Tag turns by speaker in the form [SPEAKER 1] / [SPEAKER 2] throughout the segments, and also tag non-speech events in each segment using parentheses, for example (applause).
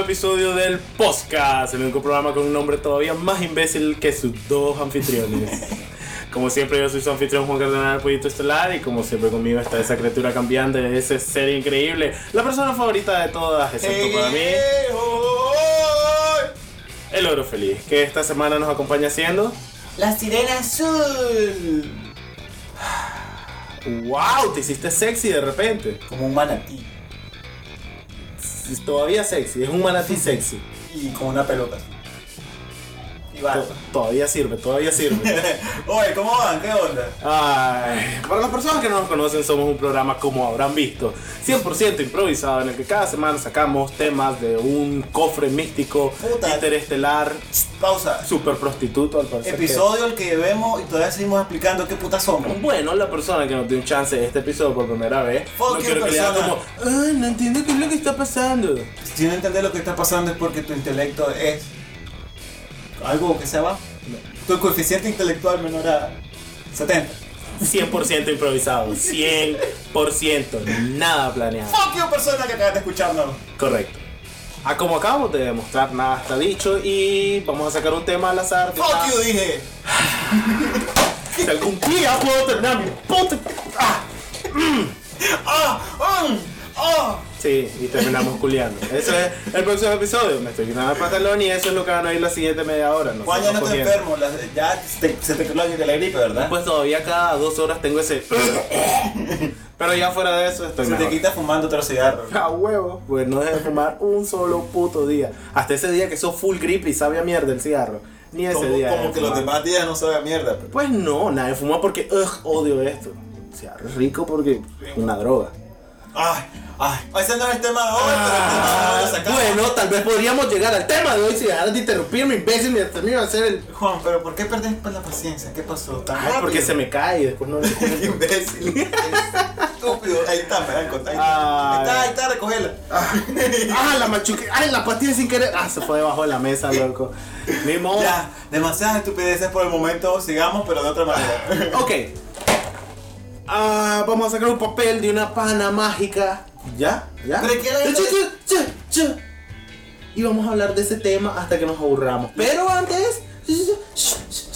[SPEAKER 1] episodio del podcast, el único programa con un nombre todavía más imbécil que sus dos anfitriones. como siempre, yo soy su anfitrión Juan Cardenal Pollito Estelar y como siempre conmigo está esa criatura cambiante, ese ser increíble, la persona favorita de todas, excepto para mí, el oro feliz, que esta semana nos acompaña haciendo.
[SPEAKER 2] La sirena azul.
[SPEAKER 1] ¡Wow! Te hiciste sexy de repente.
[SPEAKER 2] Como un manatí.
[SPEAKER 1] Es Todavía sexy, es un manatí sexy.
[SPEAKER 2] Y con una pelota. Y va.
[SPEAKER 1] To- Todavía sirve, todavía sirve.
[SPEAKER 2] Oye, ¿cómo van? ¿Qué onda?
[SPEAKER 1] Ay, para las personas que no nos conocen, somos un programa, como habrán visto, 100% improvisado, en el que cada semana sacamos temas de un cofre místico,
[SPEAKER 2] Puta.
[SPEAKER 1] interestelar,
[SPEAKER 2] Pausa.
[SPEAKER 1] super prostituto al parecer. que-
[SPEAKER 2] Episodio el que vemos y todavía seguimos explicando qué putas somos.
[SPEAKER 1] Bueno, la persona que nos dio un chance de este episodio por primera vez,
[SPEAKER 2] Fuck
[SPEAKER 1] no
[SPEAKER 2] you,
[SPEAKER 1] quiero que le haga
[SPEAKER 2] persona.
[SPEAKER 1] como, "Ah, no entiendo qué es lo que está pasando.
[SPEAKER 2] Si no entiendes lo que está pasando es porque tu intelecto es algo que se va. Tu coeficiente intelectual menor a 70.
[SPEAKER 1] 100% improvisado, 100%, nada planeado.
[SPEAKER 2] Fuck you, persona que acabas de escucharnos.
[SPEAKER 1] Correcto. A como acabamos de demostrar, nada está dicho y vamos a sacar un tema al azar. que está-
[SPEAKER 2] Fuck you, dije.
[SPEAKER 1] Si algún día puedo terminar mi puta. ¡Ah!
[SPEAKER 2] ¡Ah! ¡Ah! ¡Ah!
[SPEAKER 1] Sí, y (laughs) terminamos culiando. Eso es el próximo episodio. Me estoy quitando el pantalón y eso es lo que van a ir la siguiente media hora. No
[SPEAKER 2] Juan, ya no estoy
[SPEAKER 1] cogiendo.
[SPEAKER 2] enfermo. la- ya te- se te quedó la de la gripe, ¿verdad?
[SPEAKER 1] Pues todavía cada dos horas tengo ese. (laughs) Pero ya fuera de eso estoy
[SPEAKER 2] se te
[SPEAKER 1] mejor.
[SPEAKER 2] quita fumando otro cigarro.
[SPEAKER 1] A huevo, pues no dejé de fumar un solo puto día. Hasta ese día que sos full grip y sabe a mierda el cigarro. Ni ese día. dejé de fumar.
[SPEAKER 2] días no sabe a mierda. pero-
[SPEAKER 1] Pues no, nadie fuma porque ugh, odio esto. O sea, rico porque es una droga.
[SPEAKER 2] Ay, ay, ese no es el tema de hoy,
[SPEAKER 1] Ah,
[SPEAKER 2] pero el tema de hoy lo sacamos.
[SPEAKER 1] bueno, tal vez podríamos llegar al tema de hoy si dejaras de interrumpirme, imbécil, me termino de hacer el.
[SPEAKER 2] Juan, pero ¿por qué perdés pues, la paciencia? ¿Qué pasó? Tan
[SPEAKER 1] Ay, porque se me cae y después no lo
[SPEAKER 2] (laughs) Qué imbécil. qué Estúpido. Ahí está, me dan contacto.
[SPEAKER 1] Ay.
[SPEAKER 2] Ahí está, ahí está, recogela.
[SPEAKER 1] ¡Ah, la machuqué! ¡Ay, la patina sin querer! ¡Ah, se fue debajo de la mesa, loco! Ni modo.
[SPEAKER 2] Ya, demasiadas estupideces por el momento. Sigamos, pero de otra manera. (laughs)
[SPEAKER 1] Ok. Ah, vamos a sacar un papel de una pana mágica. ¿Ya? ¿Ya?
[SPEAKER 2] Pero es que la-
[SPEAKER 1] Chu, chu, chu, chu. Y vamos a hablar de ese tema hasta que nos aburramos. Pero antes.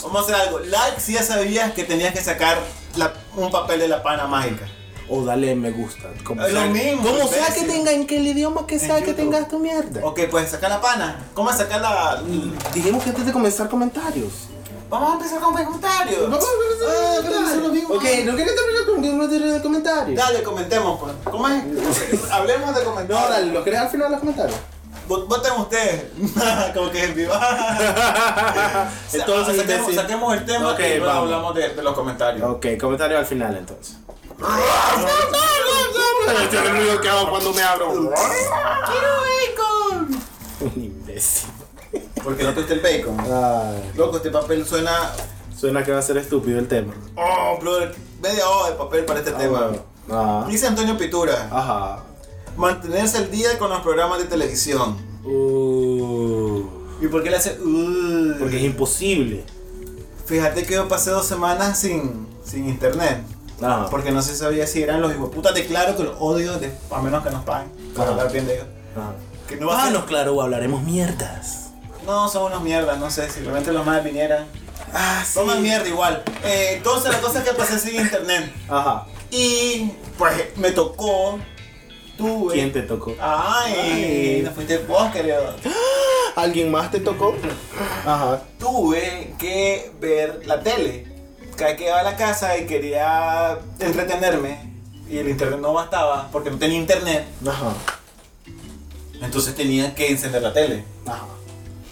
[SPEAKER 2] Vamos a hacer algo. Like si ya sabías que tenías que sacar la- un papel de la pana mágica.
[SPEAKER 1] O dale me gusta. Como
[SPEAKER 2] Es lo
[SPEAKER 1] sea-
[SPEAKER 2] mismo,
[SPEAKER 1] Como sea que
[SPEAKER 2] imbécil.
[SPEAKER 1] tenga, en que el idioma que sea que
[SPEAKER 2] YouTube.
[SPEAKER 1] tengas tu mierda.
[SPEAKER 2] Ok, pues sacar la pana. ¿Cómo sacar la.?
[SPEAKER 1] Dijimos que antes de comenzar comentarios.
[SPEAKER 2] Vamos a empezar con comentarios.
[SPEAKER 1] Ah,
[SPEAKER 2] Ah, claro.
[SPEAKER 1] Ok, no quiero terminar con con- con comentarios.
[SPEAKER 2] Dale, comentemos, pues. ¿Cómo
[SPEAKER 1] (laughs)
[SPEAKER 2] es? Hablemos de
[SPEAKER 1] No,
[SPEAKER 2] comentarios.
[SPEAKER 1] dale, ¿lo querés al final de los comentarios?
[SPEAKER 2] (laughs) Vo- Voten ustedes. (laughs) Como que
[SPEAKER 1] (laughs)
[SPEAKER 2] en vivo.
[SPEAKER 1] Entonces,
[SPEAKER 2] saquemos,
[SPEAKER 1] imbécil.
[SPEAKER 2] saquemos el tema
[SPEAKER 1] Ok,
[SPEAKER 2] y luego
[SPEAKER 1] vamos.
[SPEAKER 2] hablamos de, de los comentarios.
[SPEAKER 1] Ok, comentario al final entonces. Este es el ruido que hago cuando me (laughs) abro.
[SPEAKER 2] ¡Quiero bacon!
[SPEAKER 1] Un imbécil.
[SPEAKER 2] Porque no te gusta el bacon.
[SPEAKER 1] Ay,
[SPEAKER 2] Loco, este papel suena.
[SPEAKER 1] suena que va a ser estúpido el tema.
[SPEAKER 2] Oh, brother. Media hoja de papel para este tema.
[SPEAKER 1] Ah,
[SPEAKER 2] Dice Antonio Pitura:
[SPEAKER 1] Ajá.
[SPEAKER 2] mantenerse al día con los programas de televisión.
[SPEAKER 1] Uh,
[SPEAKER 2] ¿Y por qué le hace.? "Uh"?
[SPEAKER 1] porque es imposible.
[SPEAKER 2] Fíjate que yo pasé dos semanas sin, sin internet.
[SPEAKER 1] Ajá.
[SPEAKER 2] Porque no se sabía si eran los hijos putas de claro que los odio de- a menos que nos paguen. Por
[SPEAKER 1] Ajá.
[SPEAKER 2] hablar bien de ellos.
[SPEAKER 1] Ajá.
[SPEAKER 2] Que no va a ser-
[SPEAKER 1] Vámonos, Ah, claro, hablaremos mierdas.
[SPEAKER 2] No, son unos mierdas, no sé, si realmente los más vinieran.
[SPEAKER 1] Ah, sí.
[SPEAKER 2] Toman mierda igual. Eh, entonces la cosa es que pasé sin internet.
[SPEAKER 1] Ajá.
[SPEAKER 2] Y pues me tocó. Tuve.
[SPEAKER 1] ¿Quién te tocó?
[SPEAKER 2] Ay,
[SPEAKER 1] Ay.
[SPEAKER 2] no fuiste vos, querido.
[SPEAKER 1] ¿Alguien más te tocó? Ajá.
[SPEAKER 2] Tuve que ver la tele. Cada vez que iba a la casa y quería entretenerme. Y el internet no bastaba porque no tenía internet.
[SPEAKER 1] Ajá.
[SPEAKER 2] Entonces tenía que encender la tele.
[SPEAKER 1] Ajá.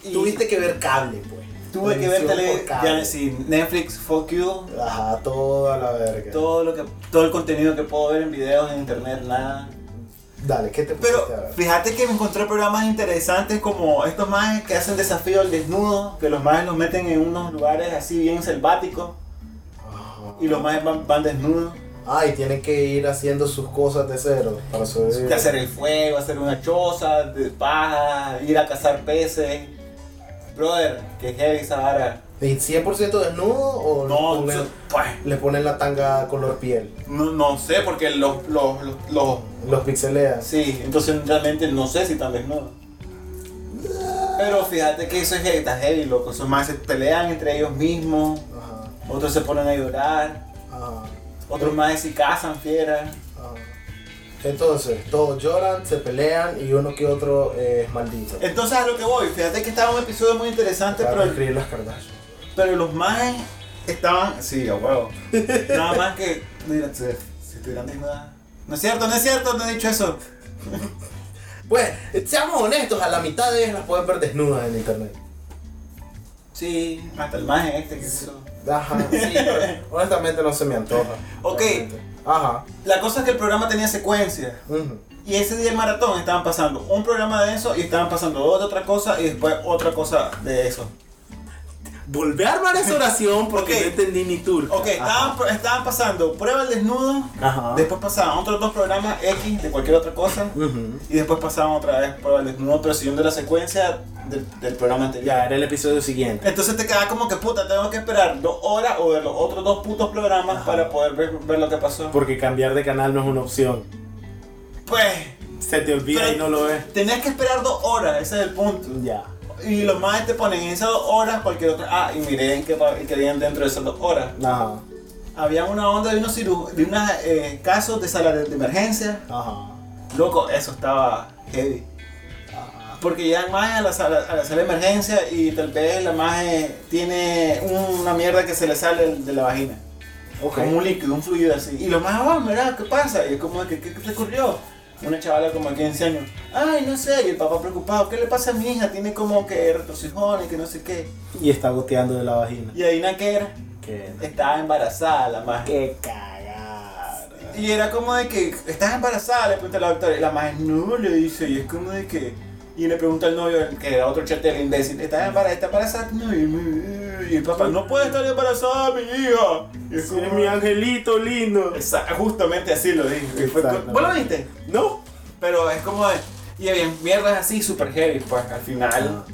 [SPEAKER 2] Y
[SPEAKER 1] Tuviste que ver cable, pues.
[SPEAKER 2] tuve que ver
[SPEAKER 1] Televisión
[SPEAKER 2] tele.
[SPEAKER 1] por
[SPEAKER 2] Ya,
[SPEAKER 1] cable.
[SPEAKER 2] sí, Netflix, Fuck You.
[SPEAKER 1] Ajá, toda la verga.
[SPEAKER 2] todo lo que todo el contenido que puedo ver en videos en internet nada
[SPEAKER 1] Dale, ¿qué te
[SPEAKER 2] pero
[SPEAKER 1] pusiste a ver?
[SPEAKER 2] fíjate que me encontré programas interesantes como estos más que hacen desafío al desnudo que los más los meten en unos lugares así bien selváticos
[SPEAKER 1] Ajá.
[SPEAKER 2] y los más van, van desnudos
[SPEAKER 1] Ah, y tienen que ir haciendo sus cosas de cero para sobrevivir.
[SPEAKER 2] de hacer el fuego hacer una choza de paja ir a cazar peces brother que heavy esa vara
[SPEAKER 1] ¿Y 100% desnudo o
[SPEAKER 2] no
[SPEAKER 1] le, ponen,
[SPEAKER 2] so- pues,
[SPEAKER 1] le ponen la tanga color piel?
[SPEAKER 2] no, no sé porque los los, los, los
[SPEAKER 1] Los pixeleas.
[SPEAKER 2] sí entonces realmente no sé si tan desnudos Pero fíjate que eso es heavy, está heavy, loco. Esos más se pelean entre ellos mismos,
[SPEAKER 1] Ajá,
[SPEAKER 2] otros se ponen a llorar,
[SPEAKER 1] ajá,
[SPEAKER 2] otros más si cazan fieras.
[SPEAKER 1] ajá. Ah. Entonces, todos lloran, se pelean y uno que otro eh, es maldito.
[SPEAKER 2] Entonces a lo que voy, fíjate que estaba un episodio muy interesante,
[SPEAKER 1] Para
[SPEAKER 2] pero,
[SPEAKER 1] escribir las Kardashian.
[SPEAKER 2] pero los más estaban. Sí, a huevo. Nada más que. Mira, si si estuvieran desnudas. No es cierto, no es cierto, no he dicho eso.
[SPEAKER 1] Pues, seamos honestos, a la mitad de ellas las pueden ver desnudas en internet.
[SPEAKER 2] Sí, hasta el más este que hizo.
[SPEAKER 1] Ajá,
[SPEAKER 3] (laughs)
[SPEAKER 1] sí, pero honestamente no se me antoja.
[SPEAKER 2] Ok.
[SPEAKER 1] realmente. Ajá.
[SPEAKER 2] La cosa es que el programa tenía secuencia.
[SPEAKER 1] ujú.
[SPEAKER 2] Y ese día el maratón estaban pasando un programa de eso y estaban pasando otra, otra cosa y después otra cosa de eso.
[SPEAKER 3] Volvé a armar esa oración porque
[SPEAKER 2] Ok.
[SPEAKER 3] no entendí ni turca.
[SPEAKER 2] Ok,
[SPEAKER 1] ah.
[SPEAKER 2] estaban, estaban pasando prueba el desnudo,
[SPEAKER 3] Ajá.
[SPEAKER 2] después pasaban otros dos programas X de cualquier otra cosa
[SPEAKER 1] Mm.
[SPEAKER 3] Ujú.
[SPEAKER 2] y después pasaban otra vez prueba el desnudo, pero siguiendo la secuencia del, del programa
[SPEAKER 3] Ya,
[SPEAKER 2] anterior.
[SPEAKER 3] era el episodio siguiente.
[SPEAKER 2] Entonces te quedas como que puta, tengo que esperar dos horas o ver los otros dos putos programas
[SPEAKER 3] Ajá.
[SPEAKER 2] para poder ver, ver lo que pasó.
[SPEAKER 3] Porque cambiar de canal no es una opción.
[SPEAKER 2] Pues,
[SPEAKER 3] Se te olvida
[SPEAKER 2] Pero-
[SPEAKER 3] y no lo ves.
[SPEAKER 2] tenías que esperar dos horas, ese es el punto.
[SPEAKER 3] Ya.
[SPEAKER 2] Y los más te ponen en esas dos horas cualquier otra. Ah, y miren que, que habían dentro de esas dos horas.
[SPEAKER 3] Ajá.
[SPEAKER 2] Había una onda de unos ciru- de unos casos de sala de, de emergencia.
[SPEAKER 3] Ajá.
[SPEAKER 2] Loco, eso estaba heavy. Porque llegan más a la, sala, a la sala de emergencia y tal vez la maje tiene una mierda que se le sale de la vagina.
[SPEAKER 3] Ok.
[SPEAKER 2] Como un líquido, un fluido así. Y los más, ah, mira, ¿qué pasa? Y es como, ¿qué, qué, qué te ocurrió? Una chavala como de 15 años, ay, no sé, y el papá preocupado, ¿qué le pasa a mi hija? Tiene como que retrocijones, que no sé qué.
[SPEAKER 3] Y está goteando de la vagina.
[SPEAKER 2] Y adivina qué era.
[SPEAKER 3] Qué,
[SPEAKER 2] Estaba embarazada la magia.
[SPEAKER 3] qué cagada.
[SPEAKER 2] Y era como de que, ¿estás embarazada? Le pregunta a la doctora. Y la magia no le dice. Y es como de que. Y le pregunta al novio, el que era otro chatero imbécil, ¿estás embarazada? ¿Está embarazada? No, y, me- y el papá, no puede estar embarazada mi hija. Y es como.
[SPEAKER 3] Es mi angelito lindo.
[SPEAKER 2] Exa- justamente así lo dijo. Y fue
[SPEAKER 1] Exacto.
[SPEAKER 2] co- ¿Vos lo viste?
[SPEAKER 3] No.
[SPEAKER 2] Pero es como de. Y había mierdas así super heavy, pues al
[SPEAKER 1] Ah,
[SPEAKER 2] final.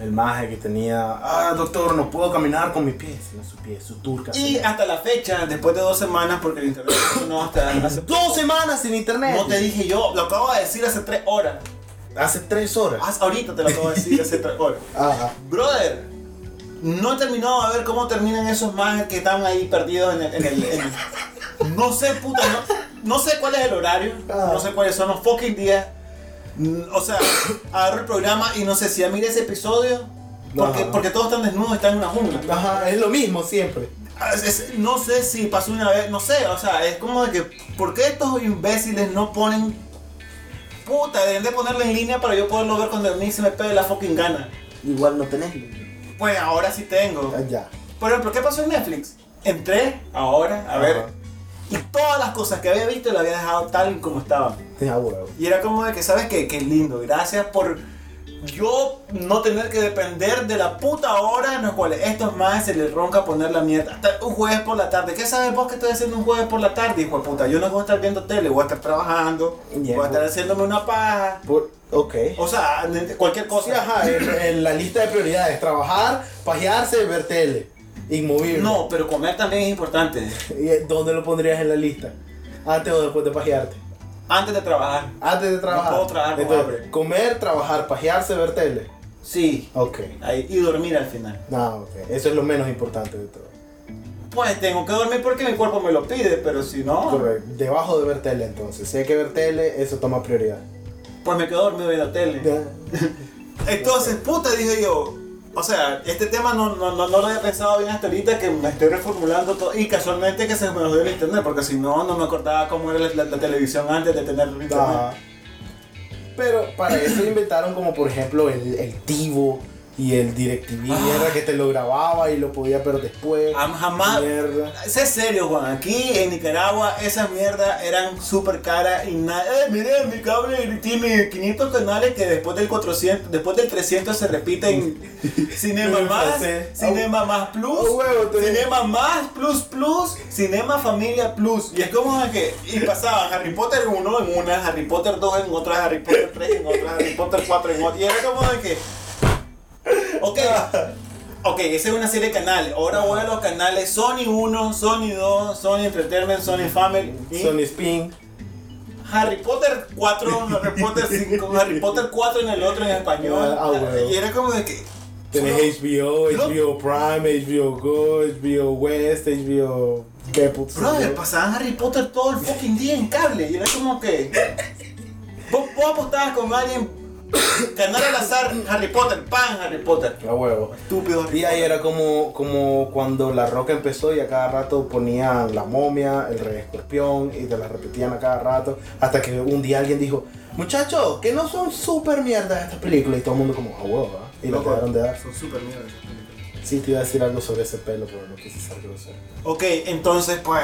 [SPEAKER 3] El maje que tenía. Ah, doctor, no puedo caminar con mis pies. No su pie, su turca.
[SPEAKER 2] Y
[SPEAKER 3] sí.
[SPEAKER 2] hasta la fecha, después de dos semanas, porque el internet no hasta hace
[SPEAKER 3] Dos semanas sin internet.
[SPEAKER 2] No te dije yo, lo acabo de decir hace tres horas.
[SPEAKER 1] Hace tres horas.
[SPEAKER 2] Haz- ahorita te lo acabo de decir hace tres horas.
[SPEAKER 1] Ajá.
[SPEAKER 2] Brother, no he terminado a ver cómo terminan esos más que están ahí perdidos en el. en el- en el- No sé, puta, no, no sé cuál es el horario,
[SPEAKER 1] Ah.
[SPEAKER 2] no sé cuáles son los fucking días. Mm, O sea, agarro el programa y no sé si ya miré ese episodio. Porque,
[SPEAKER 1] Ajá.
[SPEAKER 2] porque todos están desnudos, están en una jungla.
[SPEAKER 1] Ajá, es lo mismo siempre.
[SPEAKER 2] Ah, es- es- no sé si pasó una vez, no sé, o sea, es como de que, ¿por qué estos imbéciles no ponen puta? Deben de ponerlo en línea para yo poderlo ver cuando a mí se me pegue la fucking gana.
[SPEAKER 1] Igual no tenés.
[SPEAKER 2] Pues ahora sí tengo.
[SPEAKER 1] Ah, Ya.
[SPEAKER 2] Por ejemplo, ¿qué pasó en Netflix? Entré ahora a ver
[SPEAKER 1] Ajá.
[SPEAKER 2] y todas las cosas que había visto las había dejado tal y como estaban.
[SPEAKER 1] Tenía huevo.
[SPEAKER 2] Y era como de que, ¿sabes qué? Qué lindo, gracias por yo no tener que depender de la puta hora en la cual estos más se les ronca poner la mierda. Hasta un jueves por la tarde. ¿Qué sabes vos que estoy haciendo un jueves por la tarde, hijo de puta? Yo no voy a estar viendo tele, voy a estar trabajando,
[SPEAKER 1] Ya.
[SPEAKER 2] voy a estar haciéndome una paja.
[SPEAKER 1] Por, ok.
[SPEAKER 2] O sea, cualquier
[SPEAKER 1] Sí,
[SPEAKER 2] cosa.
[SPEAKER 1] ajá, en, en la lista de prioridades, trabajar, pajearse, ver tele. Inmovible.
[SPEAKER 2] No, pero comer también es importante.
[SPEAKER 1] ¿Y eh, ¿Dónde lo pondrías en la lista? Antes o después de pajearte.
[SPEAKER 2] Antes de trabajar.
[SPEAKER 1] Antes de trabajar.
[SPEAKER 2] puedo trabajar con
[SPEAKER 1] Entonces,
[SPEAKER 2] hambre.
[SPEAKER 1] comer, trabajar, pajearse, ver tele.
[SPEAKER 2] Sí.
[SPEAKER 1] Ok.
[SPEAKER 2] Ahí, y dormir al final.
[SPEAKER 1] No, ok. Eso es lo menos importante de todo.
[SPEAKER 2] Pues tengo que dormir porque mi cuerpo me lo pide, pero si no,
[SPEAKER 1] Correcto. Debajo de ver tele, entonces. Si hay que ver tele, eso toma prioridad.
[SPEAKER 2] pues me quedo dormido viendo tele. Entonces, puta, dije yo. O sea, este tema no, no, no, no lo había pensado bien hasta ahorita, que me estoy reformulando todo. Y casualmente que se me dio el internet, porque si no, no me acordaba cómo era la, la- la televisión antes de tener el internet.
[SPEAKER 1] Ajá. Pero para eso inventaron como por ejemplo el, el Tivo y el DirecTV, mierda, que te lo grababa y lo podía ver después.
[SPEAKER 2] Ah. Am- jamás.
[SPEAKER 1] Mierda.
[SPEAKER 2] Sé serio, Juan. Aquí en Nicaragua esas mierdas eran súper caras y nada. Eh, miren, mi cable tiene 500 canales que después del 400, después del 300
[SPEAKER 1] (laughs)
[SPEAKER 2] se repiten Cinema Más,
[SPEAKER 1] Francés.
[SPEAKER 2] Cinema Más Plus,
[SPEAKER 1] Oh, huevo, tú eres-
[SPEAKER 2] Cinema Más Plus Plus, Cinema Familia Plus. Y es como que. Y pasaba Harry Potter 1 en una, Harry Potter 2 en otra, Harry Potter 3 en otra, Harry Potter 4 en otra. Y era como de que. Ok. Ok, esa es una serie de canales. Ahora voy a los canales Sony 1, Sony 2, Sony Entertainment, Sony Family. y-
[SPEAKER 1] Sony Spin.
[SPEAKER 2] Harry Potter 4, Harry Potter
[SPEAKER 1] (laughs)
[SPEAKER 2] 5, Harry Potter 4 en el otro en español.
[SPEAKER 1] Ah, bueno.
[SPEAKER 2] Y era como de que.
[SPEAKER 1] Tenés HBO,
[SPEAKER 2] Bro.
[SPEAKER 1] HBO Prime, HBO Go, HBO West, HBO. ¿Qué puto?
[SPEAKER 2] Brother, pasaban Harry Potter todo el fucking día en cable. Y era como que. Vos, vos apostabas con alguien. Canal al azar, Harry Potter, pan, Harry Potter.
[SPEAKER 1] A huevo.
[SPEAKER 2] Estúpido.
[SPEAKER 1] Y ahí era como, como cuando La Roca empezó y a cada rato ponían La Momia, El Rey Escorpión y te la repetían a cada rato. Hasta que un día alguien dijo, muchachos, que no son súper mierdas estas películas. Y todo el mundo como, a huevo, ¿ah?". Y lo
[SPEAKER 2] Loco,
[SPEAKER 1] quedaron de dar.
[SPEAKER 2] Son súper mierdas esas películas.
[SPEAKER 1] Sí, te iba a decir algo sobre ese pelo, pero no quise ser grosero.
[SPEAKER 2] Ok, entonces pues.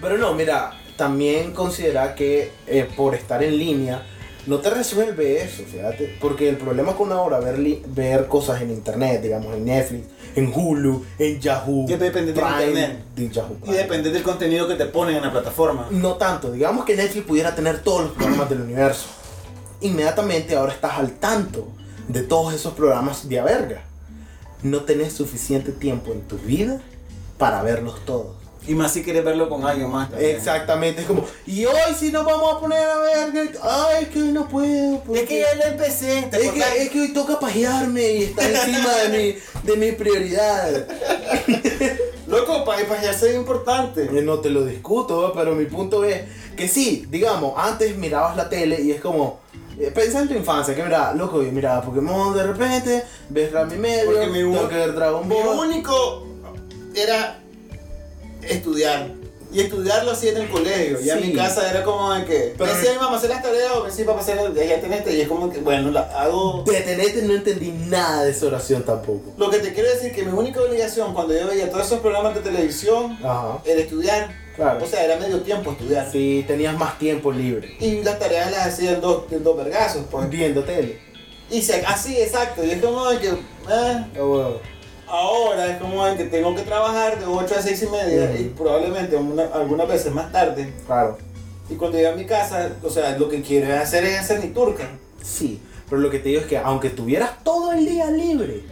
[SPEAKER 1] Pero no, mira, también considera que eh, por estar en línea no te resuelve eso, fíjate. Porque el problema con ahora ver, li- ver cosas en internet, digamos, en Netflix, en Hulu, en Yahoo.
[SPEAKER 2] Ya depende de internet.
[SPEAKER 1] de Yahoo
[SPEAKER 2] Y
[SPEAKER 1] Prime.
[SPEAKER 2] depende del contenido que te ponen en la plataforma.
[SPEAKER 1] No tanto, digamos que Netflix pudiera tener todos los programas del universo. Inmediatamente ahora estás al tanto de todos esos programas de a verga. No tenés suficiente tiempo en tu vida para verlos todos.
[SPEAKER 2] Y más si quieres verlo con alguien más. también.
[SPEAKER 1] Exactamente, es como, y hoy sí nos vamos a poner a ver, que- ay, es que hoy no puedo. porque-
[SPEAKER 2] Es que ya lo empecé. ¿te
[SPEAKER 1] es
[SPEAKER 2] acordás?
[SPEAKER 1] que, es que hoy toca pajearme y está encima de mi, de mi prioridad.
[SPEAKER 2] Loco, para pajearse es importante.
[SPEAKER 1] Yo Eh, no te lo discuto, ¿eh? pero mi punto es que sí, digamos, antes mirabas la tele y es como, eh, pensá en tu infancia, que mira, loco, yo miraba Pokémon de repente, ves Rami Medio,
[SPEAKER 2] Porque mi u-
[SPEAKER 1] tengo que ver Dragon
[SPEAKER 2] Lo
[SPEAKER 1] Ball.
[SPEAKER 2] único era estudiar. Y estudiar lo hacía en el colegio. Y en
[SPEAKER 1] Sí.
[SPEAKER 2] mi casa era como de que.
[SPEAKER 1] Pero-
[SPEAKER 2] me decía mi mamá hacer las tareas o me decía papá hacer ya tenés este", Y es como que, bueno, la hago.
[SPEAKER 1] Detenete, no entendí nada de esa oración tampoco.
[SPEAKER 2] Lo que te quiero decir que mi única obligación cuando yo veía todos esos programas de televisión
[SPEAKER 1] Ajá,
[SPEAKER 2] era estudiar.
[SPEAKER 1] claro.
[SPEAKER 2] O sea, era medio tiempo estudiar.
[SPEAKER 1] Si tenías más tiempo libre
[SPEAKER 2] Y las tareas las hacía en dos, en dos vergazos, pues.
[SPEAKER 1] viendo tele.
[SPEAKER 2] Y se- así, exacto. Y es como de que. eh,
[SPEAKER 1] Ah, huevo.
[SPEAKER 2] Ahora es como de que tengo que trabajar de 8 a 6 y media
[SPEAKER 1] Ujú.
[SPEAKER 2] y probablemente una- algunas veces más tarde.
[SPEAKER 1] Claro.
[SPEAKER 2] Y cuando llego a mi casa, o sea, lo que quiero hacer es hacer mi turca.
[SPEAKER 1] Sí, pero lo que te digo es que aunque tuvieras todo el día libre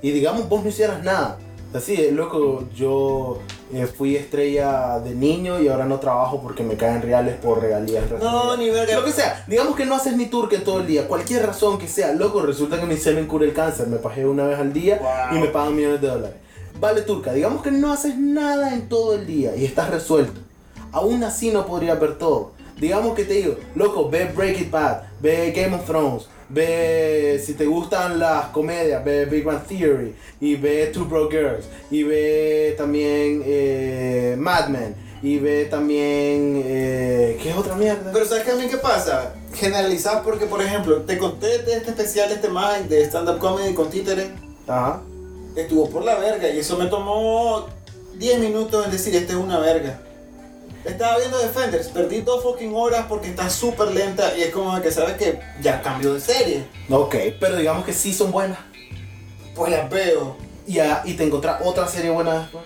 [SPEAKER 1] y digamos vos no hicieras nada, así es, eh, loco, yo eh, fui estrella de niño y ahora no trabajo porque me caen reales por regalías.
[SPEAKER 2] No,
[SPEAKER 1] recibidas.
[SPEAKER 2] ni verga.
[SPEAKER 1] Lo que sea, digamos que no haces ni turque todo el día, cualquier razón que sea, loco, resulta que mi semen cura el cáncer, me pajeo una vez al día
[SPEAKER 2] Wow.
[SPEAKER 1] y me pagan millones de dólares. Vale turca, digamos que no haces nada en todo el día y estás resuelto. Aún así no podrías ver todo. Digamos que te digo, loco, ve Breaking Bad, ve Game of Thrones, ve si te gustan las comedias, ve Big Bang Theory y ve Two Broke Girls y ve también eh, Mad Men y ve también eh, ¿qué es otra mierda?
[SPEAKER 2] Pero ¿sabes qué a mí qué pasa? Generalizar porque, por ejemplo, te conté de este especial, de este man de stand-up comedy con títeres.
[SPEAKER 1] Ajá.
[SPEAKER 2] Estuvo por la verga y eso me tomó 10 minutos en decir, este es una verga. Estaba viendo Defenders, perdí dos fucking horas porque está súper lenta y es como que, ¿sabes que Ya cambió de serie.
[SPEAKER 1] Ok, pero digamos que sí son buenas.
[SPEAKER 2] Pues la veo,
[SPEAKER 1] Y, ah, y te encontrás otra serie buena después.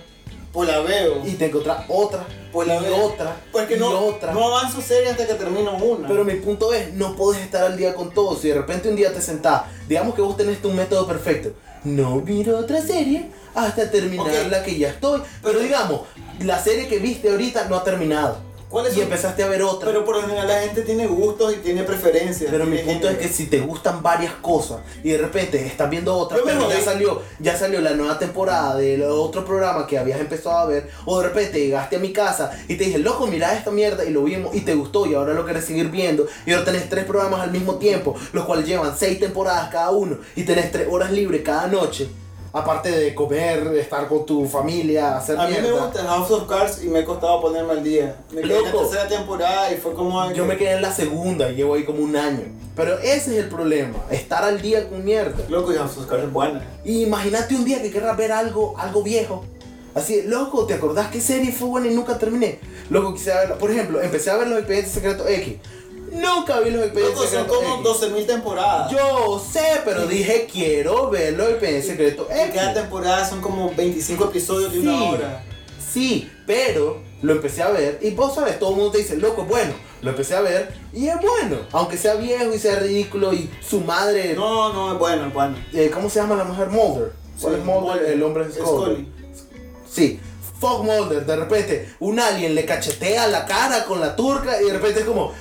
[SPEAKER 2] pues la veo.
[SPEAKER 1] Y te encontrás otra.
[SPEAKER 2] Pues la
[SPEAKER 1] y
[SPEAKER 2] veo.
[SPEAKER 1] otra.
[SPEAKER 2] Porque
[SPEAKER 1] y
[SPEAKER 2] no,
[SPEAKER 1] otra.
[SPEAKER 2] no avanzo serie hasta que termino una.
[SPEAKER 1] Pero mi punto es, no podés estar al día con todo. Si de repente un día te sentás, digamos que vos tenés tu método perfecto. No miro otra serie hasta terminar
[SPEAKER 2] Ok.
[SPEAKER 1] la que ya estoy. Pero digamos, la serie que viste ahorita no ha terminado.
[SPEAKER 2] ¿Cuál es
[SPEAKER 1] Y
[SPEAKER 2] su-
[SPEAKER 1] empezaste a ver otra.
[SPEAKER 2] Pero por lo general la gente tiene gustos y tiene preferencias.
[SPEAKER 1] Pero mi
[SPEAKER 2] tiene
[SPEAKER 1] punto es que
[SPEAKER 2] géneros.
[SPEAKER 1] si te gustan varias cosas y de repente estás viendo otra,
[SPEAKER 2] Yo me
[SPEAKER 1] pero ya
[SPEAKER 2] jodí.
[SPEAKER 1] salió, ya salió la nueva temporada del otro programa que habías empezado a ver, o de repente llegaste a mi casa y te dije, loco, mira esta mierda y lo vimos y te gustó y ahora lo querés seguir viendo y ahora tenés tres programas al mismo tiempo, los cuales llevan seis temporadas cada uno y tenés tres horas libres cada noche. Aparte de comer, de estar con tu familia, hacer
[SPEAKER 2] A mí
[SPEAKER 1] mierda.
[SPEAKER 2] me gusta House of Cards y me costaba ponerme al día. Me quedé en la
[SPEAKER 1] Loco.
[SPEAKER 2] tercera temporada y fue como...
[SPEAKER 1] Yo me quedé en la segunda y llevo ahí como un año. Pero ese es el problema, estar al día con mierda.
[SPEAKER 2] Loco, y House of Cards es buena.
[SPEAKER 1] Y imagínate un día que querrás ver algo, algo viejo. Así, loco, ¿te acordás qué serie fue buena y nunca terminé? Loco, quise verla. Por ejemplo, empecé a ver los expedientes secretos X. Nunca vi los expedientes
[SPEAKER 2] Loco, son
[SPEAKER 1] secretos
[SPEAKER 2] como
[SPEAKER 1] X.
[SPEAKER 2] 12.000 temporadas.
[SPEAKER 1] Yo sé, pero dije, quiero ver los expedientes secretos
[SPEAKER 2] Y
[SPEAKER 1] X.
[SPEAKER 2] cada temporada son como 25 episodios de
[SPEAKER 1] Sí.
[SPEAKER 2] una hora.
[SPEAKER 1] Sí, pero lo empecé a ver y vos sabes, todo el mundo te dice, loco, es bueno. Lo empecé a ver y es bueno. Aunque sea viejo y sea ridículo y su madre...
[SPEAKER 2] No, no, es bueno, es bueno.
[SPEAKER 1] eh, ¿Cómo se llama la mujer? Mulder. ¿Cuál
[SPEAKER 2] Sí,
[SPEAKER 1] es Mulder?
[SPEAKER 2] Mulder.
[SPEAKER 1] El hombre es Scully. Sí. Fuck Mulder, de repente un alien le cachetea la cara con la turca y de repente es como,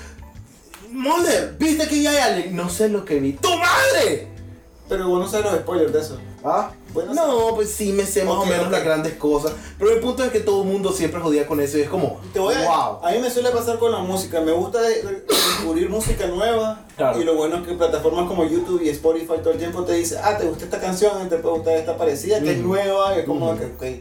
[SPEAKER 1] Mulder, ¿viste que ya hay alguien? No sé lo que vi. ¡Tu madre!
[SPEAKER 2] Pero vos no sabes los spoilers de eso.
[SPEAKER 1] ¿Ah?
[SPEAKER 2] Bueno,
[SPEAKER 1] no, pues sí me sé más
[SPEAKER 2] Ok,
[SPEAKER 1] o menos
[SPEAKER 2] ok.
[SPEAKER 1] las grandes cosas. Pero el punto es que todo el mundo siempre jodía con eso y es como,
[SPEAKER 2] Te voy a,
[SPEAKER 1] wow.
[SPEAKER 2] a mí me suele pasar con la música, me gusta de- de- descubrir música nueva
[SPEAKER 1] Claro.
[SPEAKER 2] y lo bueno es que plataformas como YouTube y Spotify todo el tiempo te dice, ah, te gusta esta canción, te puede gustar esta parecida, que es
[SPEAKER 1] Ujú.
[SPEAKER 2] nueva, que es como
[SPEAKER 1] Ujú.
[SPEAKER 2] que, ok.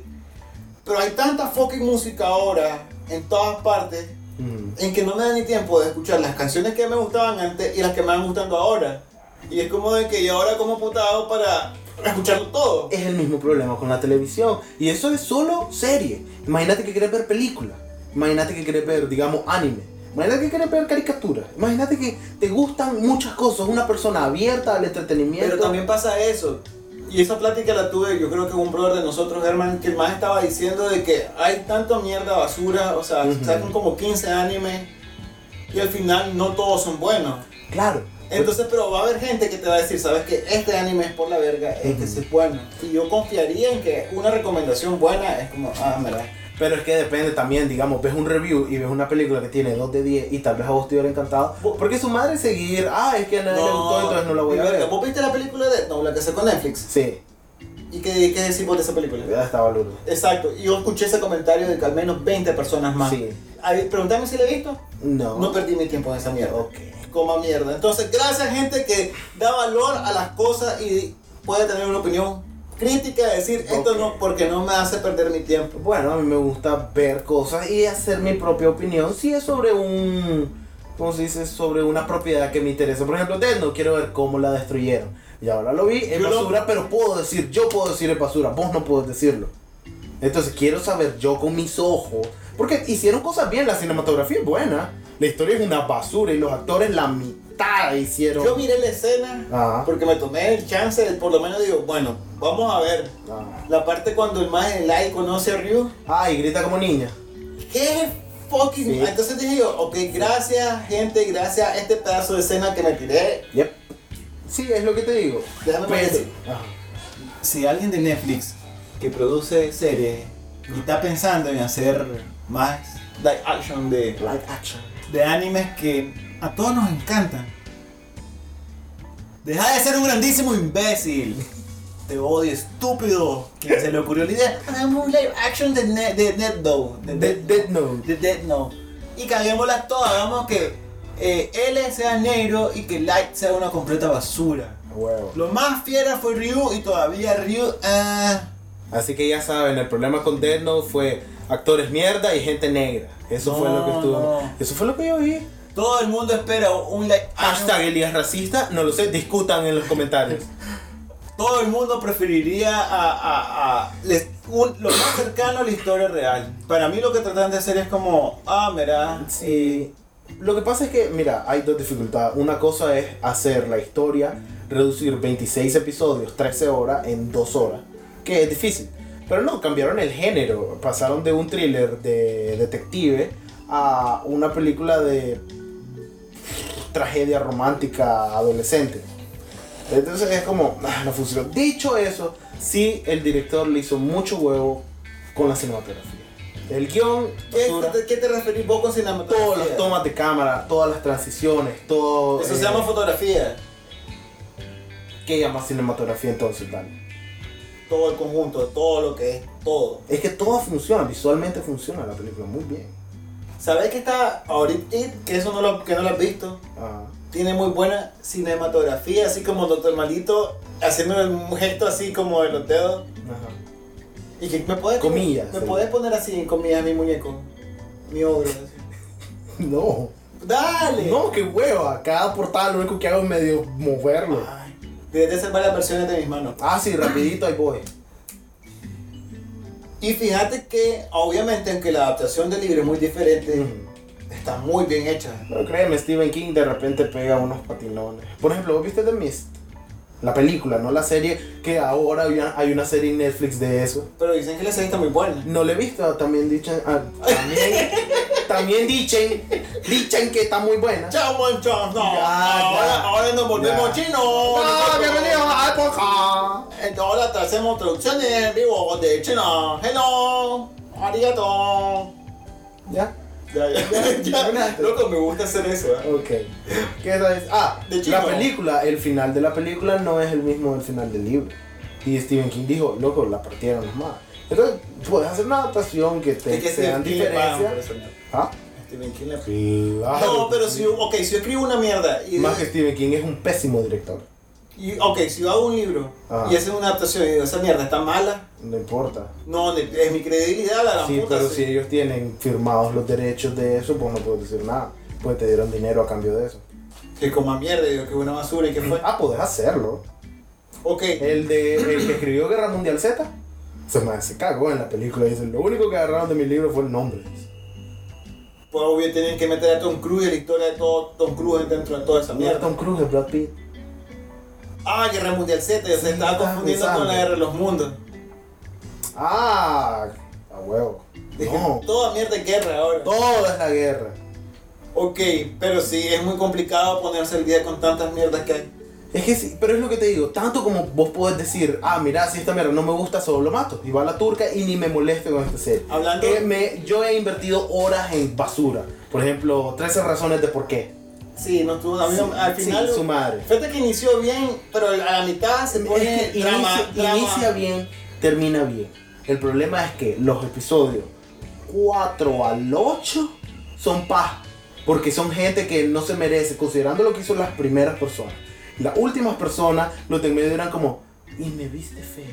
[SPEAKER 2] Pero hay tanta fucking música ahora en todas partes
[SPEAKER 1] Mm.
[SPEAKER 2] en que no me da ni tiempo de escuchar las canciones que me gustaban antes y las que me van gustando ahora. Y es como de que, ¿y ahora cómo puta hago para escucharlo todo?
[SPEAKER 1] Es el mismo problema con la televisión. Y eso es solo serie. Imagínate que quieres ver películas. Imagínate que quieres ver, digamos, anime. Imagínate que quieres ver caricaturas. Imagínate que te gustan muchas cosas. Una persona abierta al entretenimiento.
[SPEAKER 2] Pero también pasa eso. Y esa plática la tuve, yo creo que un brother de nosotros, Herman, que el más estaba diciendo de que hay tanta mierda basura, o sea,
[SPEAKER 1] Ujú.
[SPEAKER 2] sacan como 15 animes y al final no todos son buenos.
[SPEAKER 1] Claro.
[SPEAKER 2] Entonces, pero va a haber gente que te va a decir, sabes que este anime es por la verga, este
[SPEAKER 1] Ujú.
[SPEAKER 2] sí es bueno. Y yo confiaría en que una recomendación buena es como, ah, mira.
[SPEAKER 1] Pero es que depende también, digamos, ves un review y ves una película que tiene 2 de 10 y tal vez a vos te hubiera encantado. Porque su madre seguir, ah, es que a nadie le gustó, entonces no la voy a
[SPEAKER 2] mi verga,
[SPEAKER 1] ver.
[SPEAKER 2] ¿Vos viste la película de No, la que sacó Netflix?
[SPEAKER 1] Sí,
[SPEAKER 2] ¿Y qué, qué decís vos de esa película?
[SPEAKER 1] ya estaba Lulu.
[SPEAKER 2] Exacto, y yo escuché ese comentario de que al menos 20 personas más.
[SPEAKER 1] Sí.
[SPEAKER 2] Ahí, Pregúntame si la he visto.
[SPEAKER 1] No.
[SPEAKER 2] No perdí mi tiempo en esa mierda.
[SPEAKER 1] Ok.
[SPEAKER 2] Coma mierda. Entonces, gracias gente que da valor a las cosas y puede tener una opinión crítica de decir esto
[SPEAKER 1] Ok.
[SPEAKER 2] no porque no me hace perder mi tiempo.
[SPEAKER 1] Bueno, a mí me gusta ver cosas y hacer mi propia opinión. Si es sobre un. ¿Cómo se dice? Sobre una propiedad que me interesa. Por ejemplo, Death no quiero ver cómo la destruyeron. Y ahora lo vi, es
[SPEAKER 2] Yo lo-
[SPEAKER 1] basura, pero puedo decir, yo puedo decir es basura, vos no puedes decirlo. Entonces quiero saber yo con mis ojos. Porque hicieron cosas bien, la cinematografía es buena. La historia es una basura y los actores la mitad la hicieron.
[SPEAKER 2] Yo miré la escena
[SPEAKER 1] Ajá.
[SPEAKER 2] porque me tomé el chance, de, por lo menos digo, bueno, vamos a ver.
[SPEAKER 1] Ah.
[SPEAKER 2] La parte cuando el más el like conoce a Ryu.
[SPEAKER 1] Ay, grita como niña.
[SPEAKER 2] ¿Qué fucking?
[SPEAKER 1] Sí.
[SPEAKER 2] Entonces dije yo, ok, gracias gente, gracias a este pedazo de escena que me tiré,
[SPEAKER 1] Yep. Sí, es lo que te digo.
[SPEAKER 2] Déjame
[SPEAKER 1] Pero-
[SPEAKER 2] decir.
[SPEAKER 1] Ajá.
[SPEAKER 4] si alguien de Netflix que produce series y está pensando en hacer más live action de,
[SPEAKER 1] Live action.
[SPEAKER 4] de animes que a todos nos encantan, deja de ser un grandísimo imbécil. Te odio, estúpido. Que se le ocurrió la idea. Hagamos un live action de Net de Death Note. De,
[SPEAKER 1] De-
[SPEAKER 4] Death
[SPEAKER 1] Death
[SPEAKER 4] Note,
[SPEAKER 1] Note.
[SPEAKER 4] de Death Note. Y caguémoslas todas. Hagamos que eh, L sea negro y que Light sea una completa basura.
[SPEAKER 1] Huevo.
[SPEAKER 4] Lo más fiera fue Ryu y todavía Ryu. ah,
[SPEAKER 1] Así que ya saben, el problema con Death Note fue actores mierda y gente negra. Eso fue
[SPEAKER 4] No,
[SPEAKER 1] lo que estuvo.
[SPEAKER 4] no. Ah,
[SPEAKER 1] Eso fue lo que yo vi.
[SPEAKER 4] todo el mundo espera un like.
[SPEAKER 1] Hashtag Elías racista, no lo sé, discutan en los comentarios.
[SPEAKER 4] Todo el mundo preferiría a, a- a- les- un- lo más cercano a la historia real. Para mí lo que tratan de hacer es como, ah, mira,
[SPEAKER 1] Sí. Lo que pasa es que, mira, hay dos dificultades. Una cosa es hacer la historia, reducir 26 episodios, 13 horas, en 2 horas, que es difícil. Pero no, cambiaron el género. Pasaron de un thriller de detective a una película de tragedia romántica adolescente. Entonces es como, ah, no funcionó. Dicho eso, sí, el director le hizo mucho huevo con la cinematografía. El guión...
[SPEAKER 2] ¿Qué,
[SPEAKER 1] basura.
[SPEAKER 2] este te- qué te referís vos con cinematografía?
[SPEAKER 1] Todas las tomas de cámara, todas las transiciones, todo.
[SPEAKER 2] Eso
[SPEAKER 1] eh,
[SPEAKER 2] se llama fotografía.
[SPEAKER 1] ¿Qué llama cinematografía entonces, Dani?
[SPEAKER 2] Todo el conjunto, todo lo que es, todo.
[SPEAKER 1] Es que todo funciona, visualmente funciona la película muy bien.
[SPEAKER 2] ¿Sabés que está ahorita It? Que eso no lo, que no lo has visto.
[SPEAKER 1] Ah,
[SPEAKER 2] Tiene muy buena cinematografía, así como Doctor Malito haciendo un gesto así como de los dedos.
[SPEAKER 1] ajá.
[SPEAKER 2] Y que me puedes
[SPEAKER 1] Comillas,
[SPEAKER 2] Me
[SPEAKER 1] sí.
[SPEAKER 2] puedes poner así en comillas mi muñeco. Mi ogro. así.
[SPEAKER 1] (laughs) No,
[SPEAKER 2] Dale.
[SPEAKER 1] no, qué hueva. Cada portada lo único que hago es medio moverlo.
[SPEAKER 2] Ay, Debería hacer varias versiones de mis manos.
[SPEAKER 1] Ah, sí, rapidito ahí voy.
[SPEAKER 2] Y fíjate que obviamente aunque la adaptación del libro es muy diferente, está muy bien hecha.
[SPEAKER 1] Pero créeme, Stephen King de repente pega unos patinones. Por ejemplo, ¿vos viste The Mist? La película, no la serie, que ahora hay una- hay una serie en Netflix de eso.
[SPEAKER 2] Pero dicen que la serie está muy buena.
[SPEAKER 1] No lo he visto, también dicen. ah, también, también dicen. Dicen que está muy buena.
[SPEAKER 2] Chao, muchachos. No,
[SPEAKER 1] Ya,
[SPEAKER 2] ahora,
[SPEAKER 1] ya.
[SPEAKER 2] ahora nos volvemos
[SPEAKER 1] Ya.
[SPEAKER 2] chinos.
[SPEAKER 1] Hola,
[SPEAKER 2] Nosotros-
[SPEAKER 1] bienvenidos a Época.
[SPEAKER 2] Entonces, ahora te hacemos traducciones en vivo de China. Hello. Arigato.
[SPEAKER 1] Ya.
[SPEAKER 2] Ya, ya, (laughs) ya, ya.
[SPEAKER 1] Ganaste.
[SPEAKER 2] Loco, me gusta hacer eso. ¿eh?
[SPEAKER 1] Ok. ¿Qué es? Ah,
[SPEAKER 2] De
[SPEAKER 1] la
[SPEAKER 2] chino.
[SPEAKER 1] película, el final de la película no es el mismo del final del libro. Y Stephen King dijo, loco, la partieron más. Entonces, puedes hacer una adaptación que te
[SPEAKER 2] Es que
[SPEAKER 1] que sean
[SPEAKER 2] Stephen King le pagan por
[SPEAKER 1] diferencias.
[SPEAKER 2] eso, ¿no?
[SPEAKER 1] Ah,
[SPEAKER 2] Stephen King le-
[SPEAKER 1] claro.
[SPEAKER 2] No, pero si, ok, si yo escribo una mierda y,
[SPEAKER 1] Más que Stephen King es un pésimo director.
[SPEAKER 2] y- ok, si yo hago un libro
[SPEAKER 1] Ajá.
[SPEAKER 2] y hacen una adaptación y digo, esa mierda está mala,
[SPEAKER 1] No importa.
[SPEAKER 2] no, ne- es mi credibilidad la gran
[SPEAKER 1] Sí,
[SPEAKER 2] puta.
[SPEAKER 1] pero
[SPEAKER 2] sí.
[SPEAKER 1] si ellos tienen firmados los derechos de eso, pues no puedes decir nada. Pues te dieron dinero a cambio de eso.
[SPEAKER 2] Que coma mierda, digo, que buena basura y
[SPEAKER 1] (clears throat)
[SPEAKER 2] que fue.
[SPEAKER 1] Ah, podés hacerlo.
[SPEAKER 2] Ok,
[SPEAKER 1] El de el que escribió Guerra Mundial Z se me se cagó en la película. Dice, lo único que agarraron de mi libro fue el nombre.
[SPEAKER 2] pues obvio tienen que meter a Tom Cruise y la historia de todo Tom Cruise dentro de toda esa
[SPEAKER 1] Mira
[SPEAKER 2] mierda.
[SPEAKER 1] Tom Cruise, es Brad Pitt.
[SPEAKER 2] Ah, Guerra Mundial Z, yo se estaba
[SPEAKER 1] estaba
[SPEAKER 2] confundiendo con la
[SPEAKER 1] pensando.
[SPEAKER 2] Guerra de los Mundos.
[SPEAKER 1] Ah, a huevo.
[SPEAKER 2] Dije,
[SPEAKER 1] No,
[SPEAKER 2] toda mierda es guerra ahora.
[SPEAKER 1] todo es la guerra.
[SPEAKER 2] Ok, pero sí, es muy complicado ponerse al día con tantas mierdas que hay.
[SPEAKER 1] Es que sí, pero es lo que te digo, tanto como vos podés decir, ah, mira, si esta mierda no me gusta, solo lo mato. Y va a la turca y ni me molesto con este serie.
[SPEAKER 2] Hablando-
[SPEAKER 1] Que me- yo he invertido horas en basura. Por ejemplo, 13 razones de por qué.
[SPEAKER 2] Sí, no estuvo, a mí no- al
[SPEAKER 1] Sí,
[SPEAKER 2] final...
[SPEAKER 1] su madre.
[SPEAKER 2] Fíjate que inició bien, pero a la mitad se pone
[SPEAKER 1] Es que
[SPEAKER 2] drama,
[SPEAKER 1] inicia,
[SPEAKER 2] drama.
[SPEAKER 1] inicia bien, termina bien. El problema es que los episodios 4 al 8 son paz. Porque son gente que no se merece, considerando lo que hizo las primeras personas. Las últimas personas, los de en medio eran como, y me viste feo.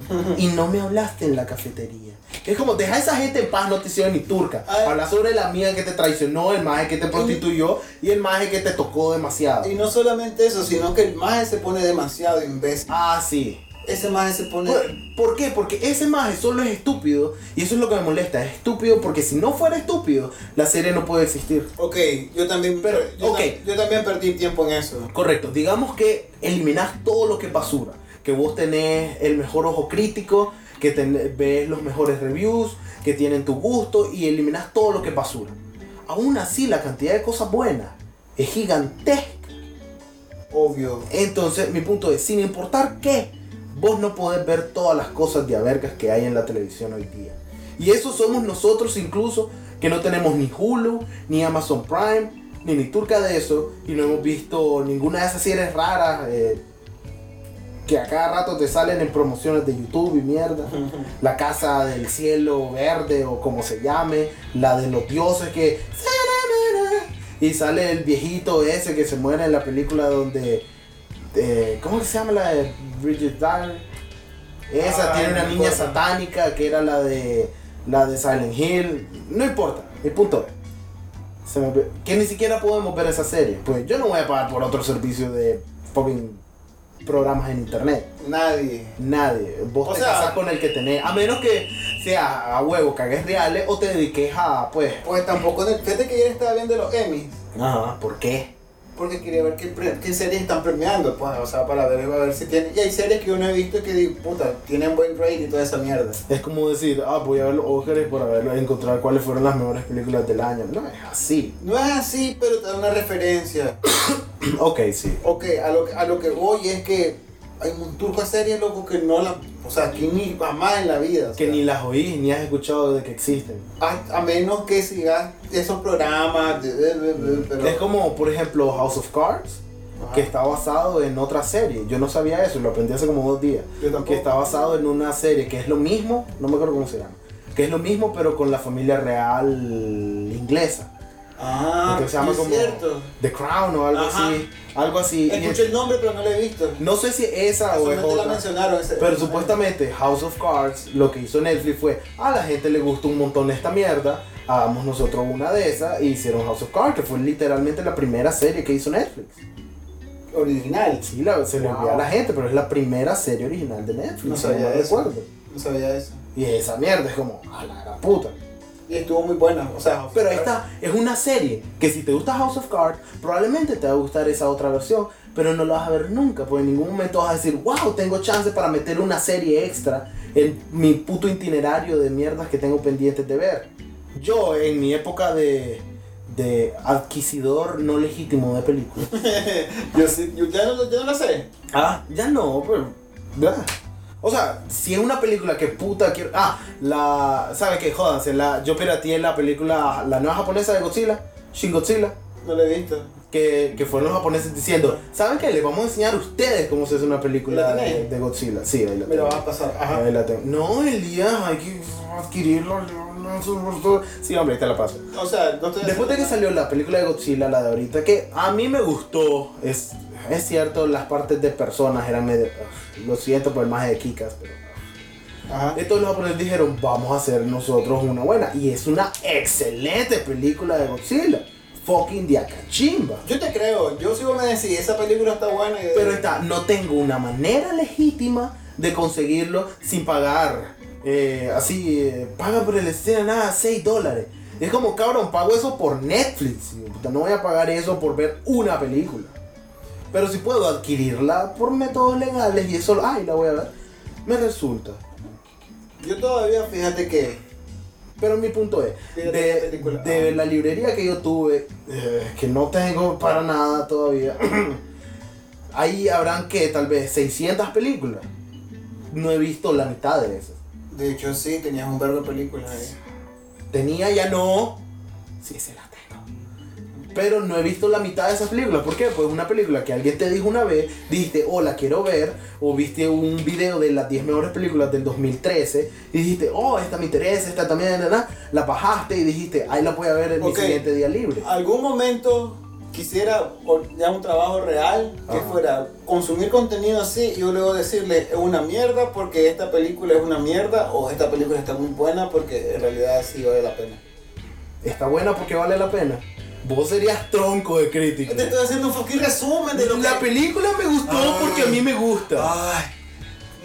[SPEAKER 2] (laughs)
[SPEAKER 1] Y no me hablaste en la cafetería. Es como, deja a esa gente en paz, no te hicieron ni turca.
[SPEAKER 2] Ay.
[SPEAKER 1] Habla sobre la amiga que te traicionó, el maje que te prostituyó y el maje que te tocó demasiado.
[SPEAKER 2] Y no solamente eso, sino que el maje se pone demasiado imbécil.
[SPEAKER 1] Ah, sí.
[SPEAKER 2] Ese maje se pone...
[SPEAKER 1] ¿Por, Pues, por qué? Porque ese maje solo es estúpido y eso es lo que me molesta. Es estúpido porque si no fuera estúpido, la serie no puede existir.
[SPEAKER 2] Ok, yo también,
[SPEAKER 1] Pero,
[SPEAKER 2] yo,
[SPEAKER 1] ok.
[SPEAKER 2] tam- yo también perdí tiempo en eso.
[SPEAKER 1] Correcto, digamos que eliminás todo lo que es basura. Que vos tenés el mejor ojo crítico, que ten- ves los mejores reviews, que tienen tu gusto y eliminás todo lo que es basura. Aún así, la cantidad de cosas buenas es gigantesca.
[SPEAKER 2] Obvio.
[SPEAKER 1] Entonces, mi punto es, sin importar qué, vos no podés ver todas las cosas de avergas que hay en la televisión hoy día. Y eso somos nosotros incluso, que no tenemos ni Hulu, ni Amazon Prime, ni ni turca de eso, y no hemos visto ninguna de esas series raras eh, que a cada rato te salen en promociones de YouTube y mierda. La casa del cielo verde o como se llame, la de los dioses que... Y sale el viejito ese que se muere en la película donde... eh, ¿Cómo que se llama la de Bridget Dyer? Esa
[SPEAKER 2] Ah,
[SPEAKER 1] tiene una
[SPEAKER 2] no
[SPEAKER 1] niña
[SPEAKER 2] importa.
[SPEAKER 1] satánica que era la de la de Silent Hill. No importa, el punto es se me olvidó, que ni siquiera podemos ver esa serie. Pues yo no voy a pagar por otro servicio de fucking programas en internet.
[SPEAKER 2] Nadie.
[SPEAKER 1] Nadie. Vos
[SPEAKER 2] O
[SPEAKER 1] te
[SPEAKER 2] sea-
[SPEAKER 1] casás con el que tenés. A menos que sea a huevo, cagues reales o te dediques a, pues.
[SPEAKER 2] Pues tampoco, fíjate que ayer estaba viendo los Emmys,
[SPEAKER 1] Ajá, ¿por qué?
[SPEAKER 2] porque quería ver qué, pre- qué series están premiando, pues, o sea, para ver, a ver si tienen... Y hay series que yo no he visto que digo, puta, tienen buen rating y toda esa mierda.
[SPEAKER 1] Es como decir, ah, voy a ver los Óscares para verlo, encontrar cuáles fueron las mejores películas del año. No es así. (clears throat)
[SPEAKER 2] No es así, pero te da una referencia.
[SPEAKER 1] ok, sí.
[SPEAKER 2] Ok, a lo, que- a lo que voy es que hay un turco de series, loco, que no la. O sea, que ni mamá en la vida. o
[SPEAKER 1] Que
[SPEAKER 2] sea.
[SPEAKER 1] ni las oís ni has escuchado de que existen.
[SPEAKER 2] a, a menos que sigas esos programas. de- de- de- de- pero,
[SPEAKER 1] Mm. Es como, por ejemplo, House of Cards,
[SPEAKER 2] Ajá.
[SPEAKER 1] que está basado en otra serie. Yo no sabía eso, lo aprendí hace como dos días.
[SPEAKER 2] Yo tampoco.
[SPEAKER 1] Que está basado en una serie que es lo mismo, no me acuerdo cómo se llama, que es lo mismo pero con la familia real inglesa.
[SPEAKER 2] Ah,
[SPEAKER 1] Entonces se llama
[SPEAKER 2] es
[SPEAKER 1] como
[SPEAKER 2] cierto.
[SPEAKER 1] The Crown o algo
[SPEAKER 2] Ajá.
[SPEAKER 1] así. Algo así. Y
[SPEAKER 2] Escuché el nombre, pero no lo he visto.
[SPEAKER 1] No sé si es esa o es
[SPEAKER 2] Solamente la
[SPEAKER 1] otra.
[SPEAKER 2] mencionaron. ese-
[SPEAKER 1] Pero supuestamente House of Cards lo que hizo Netflix fue, a la gente le gustó un montón esta mierda, hagamos nosotros una de esas y hicieron House of Cards, que fue literalmente la primera serie que hizo Netflix.
[SPEAKER 2] Original.
[SPEAKER 1] Sí, la- se le
[SPEAKER 2] Wow.
[SPEAKER 1] olvida a la gente, pero es la primera serie original de Netflix.
[SPEAKER 2] No
[SPEAKER 1] si
[SPEAKER 2] sabía
[SPEAKER 1] mal
[SPEAKER 2] eso.
[SPEAKER 1] recuerdo.
[SPEAKER 2] No sabía eso.
[SPEAKER 1] Y esa mierda es como, a la gran puta.
[SPEAKER 2] Y estuvo muy buena. O sea,
[SPEAKER 1] Pero
[SPEAKER 2] (laughs)
[SPEAKER 1] esta es una serie que si te gusta House of Cards, probablemente te va a gustar esa otra versión, pero no la vas a ver nunca, porque en ningún momento vas a decir, wow, tengo chance para meter una serie extra en mi puto itinerario de mierdas que tengo pendientes de ver. Yo, en mi época de, de adquisidor no legítimo de películas,
[SPEAKER 2] Ah. yo, sí- yo ya, no, ya no la sé.
[SPEAKER 1] ah, ya no, pero... ah. O sea, si es una película que puta quiero. Ah, la. ¿Sabes qué? Jódanse. La, yo pirateé la película, la nueva japonesa de Godzilla, Shin Godzilla,
[SPEAKER 2] No lo he visto.
[SPEAKER 1] que, que fueron los japoneses diciendo: ¿Saben qué? Les vamos a enseñar a ustedes cómo se hace una película
[SPEAKER 2] ¿La tenéis?
[SPEAKER 1] de, de Godzilla. Sí, ahí la
[SPEAKER 2] Me lo
[SPEAKER 1] tengo.
[SPEAKER 2] vas a pasar. Ajá.
[SPEAKER 1] Ahí la tengo. No, Elías, hay que adquirirlo. no, no, no, no. Sí, hombre, ahí te la paso.
[SPEAKER 2] O sea, no estoy
[SPEAKER 1] Después de que salió la película de Godzilla, la de ahorita, que a mí me gustó, es, es cierto, las partes de personas eran medio. ugh, Lo siento por el maje de Kikas, pero.
[SPEAKER 2] Ajá.
[SPEAKER 1] Entonces los japoneses dijeron, vamos a hacer nosotros una buena. Y es una excelente película de Godzilla. Fucking Diacachimba.
[SPEAKER 2] Yo te creo, yo sí me decís, esa película está buena. y-
[SPEAKER 1] Pero está, no tengo una manera legítima de conseguirlo sin pagar. eh, así, eh, paga por el estreno nada, 6 dólares. Y Es como, cabrón, pago eso por Netflix. hijo de puta, No voy a pagar eso por ver una película. Pero si puedo adquirirla por métodos legales y eso, ay, la voy a ver. Me resulta.
[SPEAKER 2] Yo todavía, fíjate que.
[SPEAKER 1] Pero mi punto es,
[SPEAKER 2] Fíjate esa
[SPEAKER 1] de,
[SPEAKER 2] película.
[SPEAKER 1] de la librería que yo tuve, eh, que no tengo para nada todavía, (clears throat) ahí habrán que tal vez 600 películas. No he visto la mitad de esas.
[SPEAKER 2] De hecho, sí, tenías un verbo de películas ahí.
[SPEAKER 1] Tenía, ya no. Sí, se las tengo. Pero no he visto la mitad de esas películas. ¿Por qué? Pues una película que alguien te dijo una vez, dijiste, oh, la quiero ver, o viste un video de las 10 mejores películas del 2013, y dijiste, oh, esta me interesa, esta también, na, na". la bajaste y dijiste, ahí la voy a ver en
[SPEAKER 2] Ok.
[SPEAKER 1] mi siguiente día libre.
[SPEAKER 2] algún momento quisiera o- ya un trabajo real que
[SPEAKER 1] Ajá.
[SPEAKER 2] fuera consumir contenido así y yo luego decirle es una mierda porque esta película es una mierda o esta película está muy buena porque en realidad sí vale la pena.
[SPEAKER 1] Está buena porque vale la pena. Vos serías tronco de crítico.
[SPEAKER 2] Te estoy haciendo un fucking resumen de lo que...
[SPEAKER 1] La película me gustó
[SPEAKER 2] Ah.
[SPEAKER 1] porque a mí me gusta.
[SPEAKER 2] Ay,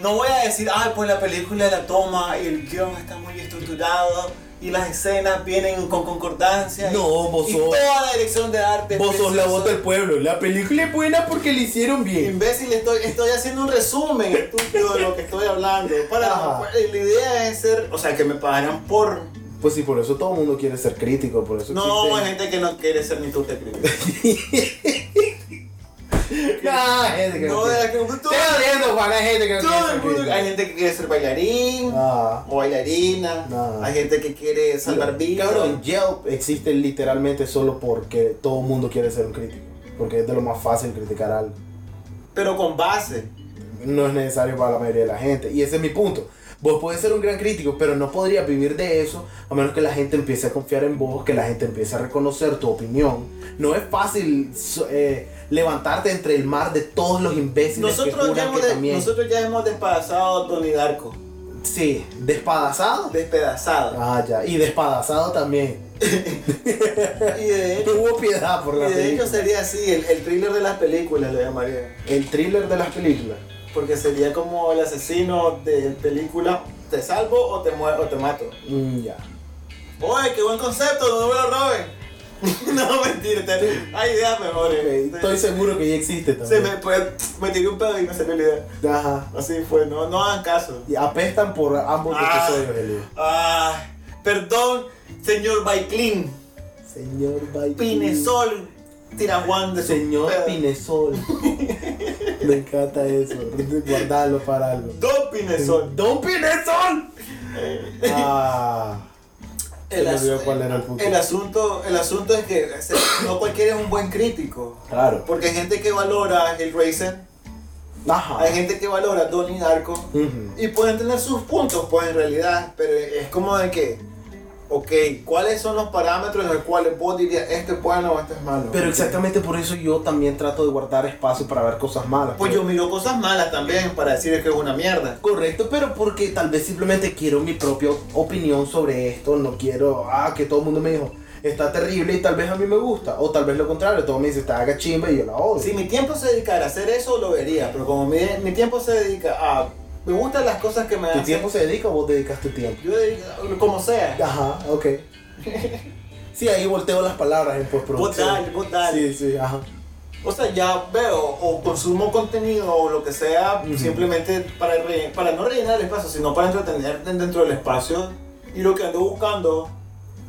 [SPEAKER 2] no voy a decir, ay, pues la película la toma y el guión está muy estructurado y las escenas vienen con concordancia. y-
[SPEAKER 1] No, vos
[SPEAKER 2] y,
[SPEAKER 1] sos-
[SPEAKER 2] toda la dirección de arte. es
[SPEAKER 1] Vos sos la
[SPEAKER 2] preciosa.
[SPEAKER 1] voz del pueblo. La película es buena porque la hicieron bien.
[SPEAKER 2] Imbécil, estoy, estoy haciendo un resumen estúpido de lo que estoy hablando. Para,
[SPEAKER 1] Ajá.
[SPEAKER 2] la idea es ser, o sea, que me pagaran por.
[SPEAKER 1] Pues sí, por eso todo el mundo quiere ser crítico, por eso
[SPEAKER 2] No, hay
[SPEAKER 1] existen-
[SPEAKER 2] gente que no quiere ser ni tú
[SPEAKER 1] (laughs)
[SPEAKER 2] te crees.
[SPEAKER 1] Nah, (laughs) hay gente que no
[SPEAKER 2] No, de
[SPEAKER 1] quiere.
[SPEAKER 2] la que tú.
[SPEAKER 1] Estoy jodiendo, Juan, hay gente que no quiere
[SPEAKER 2] Todo el
[SPEAKER 1] ser
[SPEAKER 2] mundo-
[SPEAKER 1] crítico.
[SPEAKER 2] Hay gente que quiere ser bailarín
[SPEAKER 1] Ah.
[SPEAKER 2] o bailarina.
[SPEAKER 1] No.
[SPEAKER 2] Hay gente que quiere salvar vidas.
[SPEAKER 1] Cabrón, Yelp existe literalmente solo porque todo el mundo quiere ser un crítico. Porque es de lo más fácil criticar algo.
[SPEAKER 2] Pero con base.
[SPEAKER 1] No es necesario para la mayoría de la gente. Y ese es mi punto. Vos podés ser un gran crítico, pero no podrías vivir de eso a menos que la gente empiece a confiar en vos, que la gente empiece a reconocer tu opinión. No es fácil so- eh, levantarte entre el mar de todos los imbéciles que
[SPEAKER 2] Nosotros
[SPEAKER 1] juran
[SPEAKER 2] ya,
[SPEAKER 1] que
[SPEAKER 2] hemos de-
[SPEAKER 1] también.
[SPEAKER 2] nosotros ya hemos despedazado a Tony Darko.
[SPEAKER 1] Sí, despadazado.
[SPEAKER 2] Despedazado.
[SPEAKER 1] Ah, ya. Y despedazado también. (laughs)
[SPEAKER 2] Y de hecho,
[SPEAKER 1] Tuvo piedad Ah. por
[SPEAKER 2] y
[SPEAKER 1] la
[SPEAKER 2] de hecho
[SPEAKER 1] película.
[SPEAKER 2] sería así: el, el thriller de las películas, lo llamaría.
[SPEAKER 1] El thriller de las películas.
[SPEAKER 2] Porque sería como el asesino de película, te salvo o te muero o te mato.
[SPEAKER 1] Mm, ya.
[SPEAKER 2] Oye, qué buen concepto, no me lo roben. (laughs) no, mentira, te- hay ideas mejores.
[SPEAKER 1] Ok, Estoy seguro que ya existe
[SPEAKER 2] Se
[SPEAKER 1] también.
[SPEAKER 2] me, pues, me tiré un pedo y me salió la idea.
[SPEAKER 1] Ajá.
[SPEAKER 2] Así fue, no, no hagan caso.
[SPEAKER 1] Y apestan por ambos
[SPEAKER 2] Ah.
[SPEAKER 1] episodios, Elio.
[SPEAKER 2] Ah, perdón, señor Baiklin,
[SPEAKER 1] Señor Baikin.
[SPEAKER 2] Pinesol, Tirajuan de su
[SPEAKER 1] Señor
[SPEAKER 2] pedo.
[SPEAKER 1] (laughs) Pinesol. me encanta eso. Guardarlo para algo.
[SPEAKER 2] Don Pinesol.
[SPEAKER 1] Don Pinesol. Ah. Se me
[SPEAKER 2] as-
[SPEAKER 1] olvidó cuál era el punto.
[SPEAKER 2] el asunto, el asunto es que se- no cualquiera es un buen crítico.
[SPEAKER 1] Claro.
[SPEAKER 2] Porque hay gente que valora el Racer,
[SPEAKER 1] Ajá.
[SPEAKER 2] hay gente que valora Donnie Darko
[SPEAKER 1] Ujú.
[SPEAKER 2] y pueden tener sus puntos, pues en realidad, pero es como de que, ok, ¿cuáles son los parámetros en los cuales vos dirías este es bueno o este es malo?
[SPEAKER 1] Pero exactamente por eso yo también trato de guardar espacio para ver cosas malas.
[SPEAKER 2] Pues yo miro cosas malas también para decir que es una mierda.
[SPEAKER 1] Correcto, pero porque tal vez simplemente quiero mi propia opinión sobre esto, no quiero, ah, que todo el mundo me dijo, está terrible y tal vez a mí me gusta, o tal vez lo contrario, todo me dice, está gachimba y yo la odio.
[SPEAKER 2] Si mi tiempo se dedicara a hacer eso, lo vería, pero como mi, mi tiempo se dedica a... Me gustan las cosas que me
[SPEAKER 1] ¿Tu
[SPEAKER 2] hacen...
[SPEAKER 1] tiempo se dedica o vos dedicas tu tiempo?
[SPEAKER 2] Yo dedico, como sea.
[SPEAKER 1] Ajá, ok. (laughs) Sí, ahí volteo las palabras en
[SPEAKER 2] Vos
[SPEAKER 1] postproducción.
[SPEAKER 2] dale, vos dale.
[SPEAKER 1] Sí, sí, ajá.
[SPEAKER 2] O sea, ya veo o consumo contenido o lo que sea,
[SPEAKER 1] Ujú.
[SPEAKER 2] simplemente para, re- para no rellenar el espacio, sino para entretener den- dentro del espacio. Y lo que ando buscando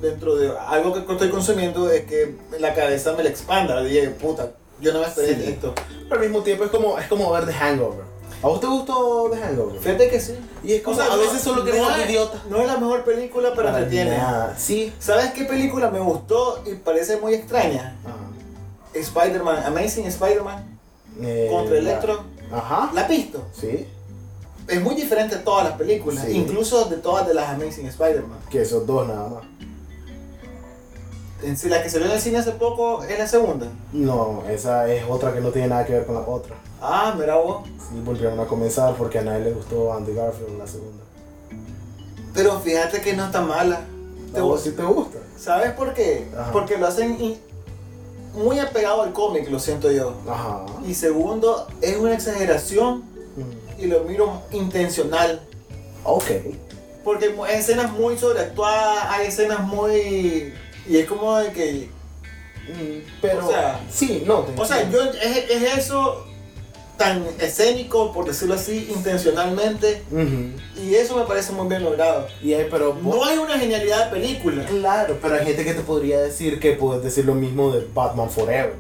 [SPEAKER 2] dentro de algo que estoy consumiendo es que la cabeza me la expanda. Dije, puta, yo no me esperé
[SPEAKER 1] Sí.
[SPEAKER 2] esto.
[SPEAKER 1] Pero al mismo tiempo es como, es como ver The Hangover. ¿A vos te gustó The Hangover?
[SPEAKER 2] Fíjate que sí.
[SPEAKER 1] Y es como, a
[SPEAKER 2] no-
[SPEAKER 1] veces solo queremos
[SPEAKER 2] es-
[SPEAKER 1] al idiota.
[SPEAKER 2] No es la mejor película, pero
[SPEAKER 1] Para
[SPEAKER 2] entretiene.
[SPEAKER 1] nada. Sí.
[SPEAKER 2] ¿Sabes qué película me gustó y parece muy extraña?
[SPEAKER 1] Ajá.
[SPEAKER 2] Spider-Man, Amazing Spider-Man,
[SPEAKER 1] Eh,
[SPEAKER 2] contra
[SPEAKER 1] la-
[SPEAKER 2] Electro.
[SPEAKER 1] Ajá.
[SPEAKER 2] ¿La has visto?
[SPEAKER 1] Sí.
[SPEAKER 2] Es muy diferente a todas las películas,
[SPEAKER 1] Sí.
[SPEAKER 2] incluso de todas de las Amazing Spider-Man.
[SPEAKER 1] Que esos dos nada más.
[SPEAKER 2] En sí, la que se vio en el cine hace poco es la segunda.
[SPEAKER 1] No, esa es otra que no tiene nada que ver con la otra.
[SPEAKER 2] Ah, mira vos.
[SPEAKER 1] Sí, volvieron a comenzar porque a nadie le gustó Andy Garfield la segunda.
[SPEAKER 2] Pero fíjate que no está mala. Te
[SPEAKER 1] ¿A
[SPEAKER 2] voy-
[SPEAKER 1] vos sí te gusta?
[SPEAKER 2] ¿Sabes por qué?
[SPEAKER 1] Ajá.
[SPEAKER 2] Porque lo hacen in- muy apegado al cómic, lo siento yo.
[SPEAKER 1] Ajá.
[SPEAKER 2] Y segundo, es una exageración
[SPEAKER 1] Mm.
[SPEAKER 2] y lo miro intencional.
[SPEAKER 1] Ok.
[SPEAKER 2] Porque hay mu- hay escenas muy sobreactuadas, hay escenas muy... Y es como de que...
[SPEAKER 1] Mm, Pero.
[SPEAKER 2] O sea-
[SPEAKER 1] sí, no. te
[SPEAKER 2] O sea,
[SPEAKER 1] entiendo.
[SPEAKER 2] yo, es, es eso tan escénico, por decirlo así, intencionalmente.
[SPEAKER 1] Ujú.
[SPEAKER 2] Y eso me parece muy bien logrado.
[SPEAKER 1] Y ahí, pero.
[SPEAKER 2] No hay una genialidad de película.
[SPEAKER 1] Claro, pero hay gente que te podría decir que puedes decir lo mismo de Batman Forever.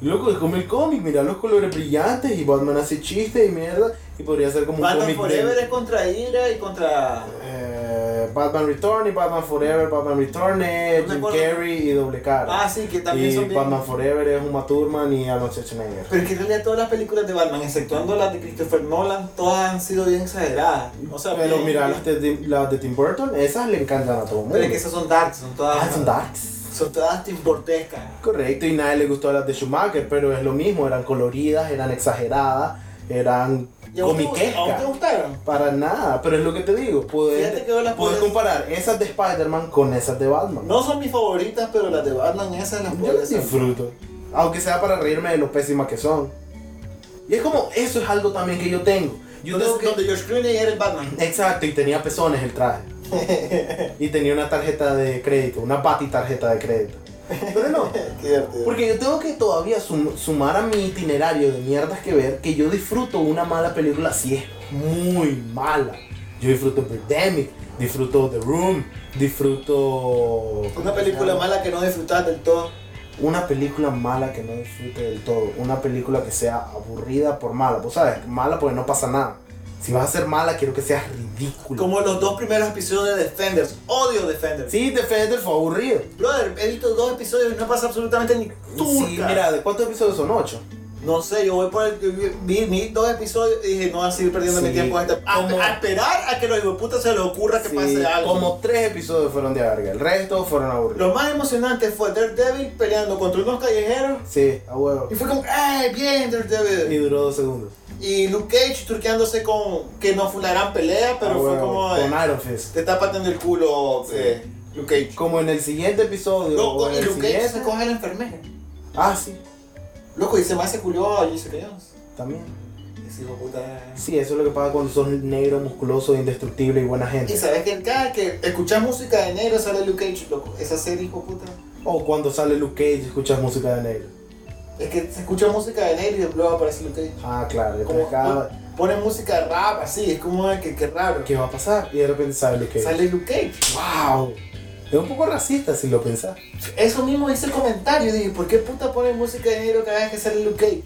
[SPEAKER 1] Loco, es como el cómic, mira los colores brillantes y Batman hace chistes y mierda y podría ser como
[SPEAKER 2] Batman
[SPEAKER 1] un cómic de-
[SPEAKER 2] Forever es contra Ira y contra...
[SPEAKER 1] Eh, Batman Return y Batman Forever, Batman Return es
[SPEAKER 2] No me
[SPEAKER 1] Jim
[SPEAKER 2] acuerdo.
[SPEAKER 1] Carrey y doble cara.
[SPEAKER 2] Ah, sí, que también
[SPEAKER 1] y
[SPEAKER 2] son bien...
[SPEAKER 1] Batman Forever es Uma Thurman y Arnold Schwarzenegger.
[SPEAKER 2] Pero es que en realidad todas las películas de Batman, exceptuando las de Christopher Nolan, todas han sido bien exageradas. O sea,
[SPEAKER 1] Pero
[SPEAKER 2] bien-
[SPEAKER 1] mira, las de, las de Tim Burton, esas le encantan a todo el mundo.
[SPEAKER 2] Pero es que esas son darks, son todas...
[SPEAKER 1] Ah, son darks.
[SPEAKER 2] Son todas timportescas.
[SPEAKER 1] Correcto, y nadie le gustó a las de Schumacher, pero es lo mismo, eran coloridas, eran exageradas, eran
[SPEAKER 2] ¿Y a vos te- ¿A vos te
[SPEAKER 1] comiquescas.
[SPEAKER 2] gustaron?
[SPEAKER 1] Para nada, pero es lo que te digo,
[SPEAKER 2] Fíjate
[SPEAKER 1] puedes,
[SPEAKER 2] que yo las
[SPEAKER 1] puedes
[SPEAKER 2] puedo-
[SPEAKER 1] comparar esas de Spider-Man con esas de Batman.
[SPEAKER 2] No son mis favoritas, pero las de Batman esas las
[SPEAKER 1] Yo
[SPEAKER 2] puedo
[SPEAKER 1] las
[SPEAKER 2] hacer.
[SPEAKER 1] disfruto. Aunque sea para reírme de lo pésimas que son. Y es como, eso es algo también que yo tengo. Yo
[SPEAKER 2] Donde,
[SPEAKER 1] tengo que-
[SPEAKER 2] donde George Clooney era el Batman.
[SPEAKER 1] Exacto, y tenía pezones el
[SPEAKER 2] (laughs)
[SPEAKER 1] traje. y tenía una tarjeta de crédito, una pati tarjeta de crédito. Pero no,
[SPEAKER 2] Qué divertido.
[SPEAKER 1] porque yo tengo que todavía sum- sumar a mi itinerario de mierdas que ver que yo disfruto una mala película si es muy mala. Yo disfruto Pandemic, disfruto The Room, disfruto...
[SPEAKER 2] Una película mala que no disfrutas del todo.
[SPEAKER 1] Una película mala que no disfrute del todo. Una película que sea aburrida por mala. Vos sabes, mala porque no pasa nada. Si vas a ser mala, quiero que seas ridícula.
[SPEAKER 2] Como los dos primeros episodios de Defenders. Odio Defenders.
[SPEAKER 1] Sí, Defender fue aburrido.
[SPEAKER 2] Brother, he visto dos episodios y no pasa absolutamente ni turca.
[SPEAKER 1] Sí, mira, ¿de cuántos episodios son? ¿Ocho?
[SPEAKER 2] No sé, yo voy por el. yo vi- Vi, vi dos episodios y dije, no voy a seguir perdiendo mi
[SPEAKER 1] Sí,
[SPEAKER 2] tiempo en este. A,
[SPEAKER 1] como-
[SPEAKER 2] a esperar a que los hijueputas se les ocurra que
[SPEAKER 1] Sí,
[SPEAKER 2] pase algo.
[SPEAKER 1] como tres episodios fueron de verga. El resto fueron aburridos.
[SPEAKER 2] Lo más emocionante fue Daredevil peleando contra unos callejeros.
[SPEAKER 1] Sí, a huevo.
[SPEAKER 2] Y fue como, ¡eh, bien
[SPEAKER 1] Y
[SPEAKER 2] Daredevil!
[SPEAKER 1] duró dos segundos.
[SPEAKER 2] Y Luke Cage turqueándose con que no fue una gran pelea, pero
[SPEAKER 1] A
[SPEAKER 2] fue
[SPEAKER 1] huevo,
[SPEAKER 2] como, eh,
[SPEAKER 1] Ah, Con Iron Fist.
[SPEAKER 2] te está pateando el culo eh, Luke Cage.
[SPEAKER 1] Como en el siguiente episodio. o
[SPEAKER 2] Loco,
[SPEAKER 1] en
[SPEAKER 2] y
[SPEAKER 1] el
[SPEAKER 2] Luke Cage se
[SPEAKER 1] siguiente-
[SPEAKER 2] coge a la enfermera.
[SPEAKER 1] Ah, sí,
[SPEAKER 2] Loco, y se me hace culió a Jessica Jones.
[SPEAKER 1] también.
[SPEAKER 2] Ese hijueputa.
[SPEAKER 1] Sí, eso es lo que pasa cuando sos negro, musculoso, indestructible y buena gente.
[SPEAKER 2] Y sabes que cada que escuchas música de negro sale Luke Cage, loco. Esa serie, hijo puta.
[SPEAKER 1] O cuando sale Luke Cage escuchas música de negro.
[SPEAKER 2] Es que se escucha música de negro y luego aparece Luke Cage.
[SPEAKER 1] Ah, claro, de
[SPEAKER 2] Como,
[SPEAKER 1] tres cada-
[SPEAKER 2] Pone música de rap así, es como de que, que raro.
[SPEAKER 1] ¿Qué va a pasar? Y de repente sale Luke Cage.
[SPEAKER 2] Sale Luke Cage.
[SPEAKER 1] ¡Wow! Es un poco racista si lo pensás.
[SPEAKER 2] Eso mismo dice el comentario. Dije, ¿por qué puta pone música de negro cada vez que sale Luke Cage?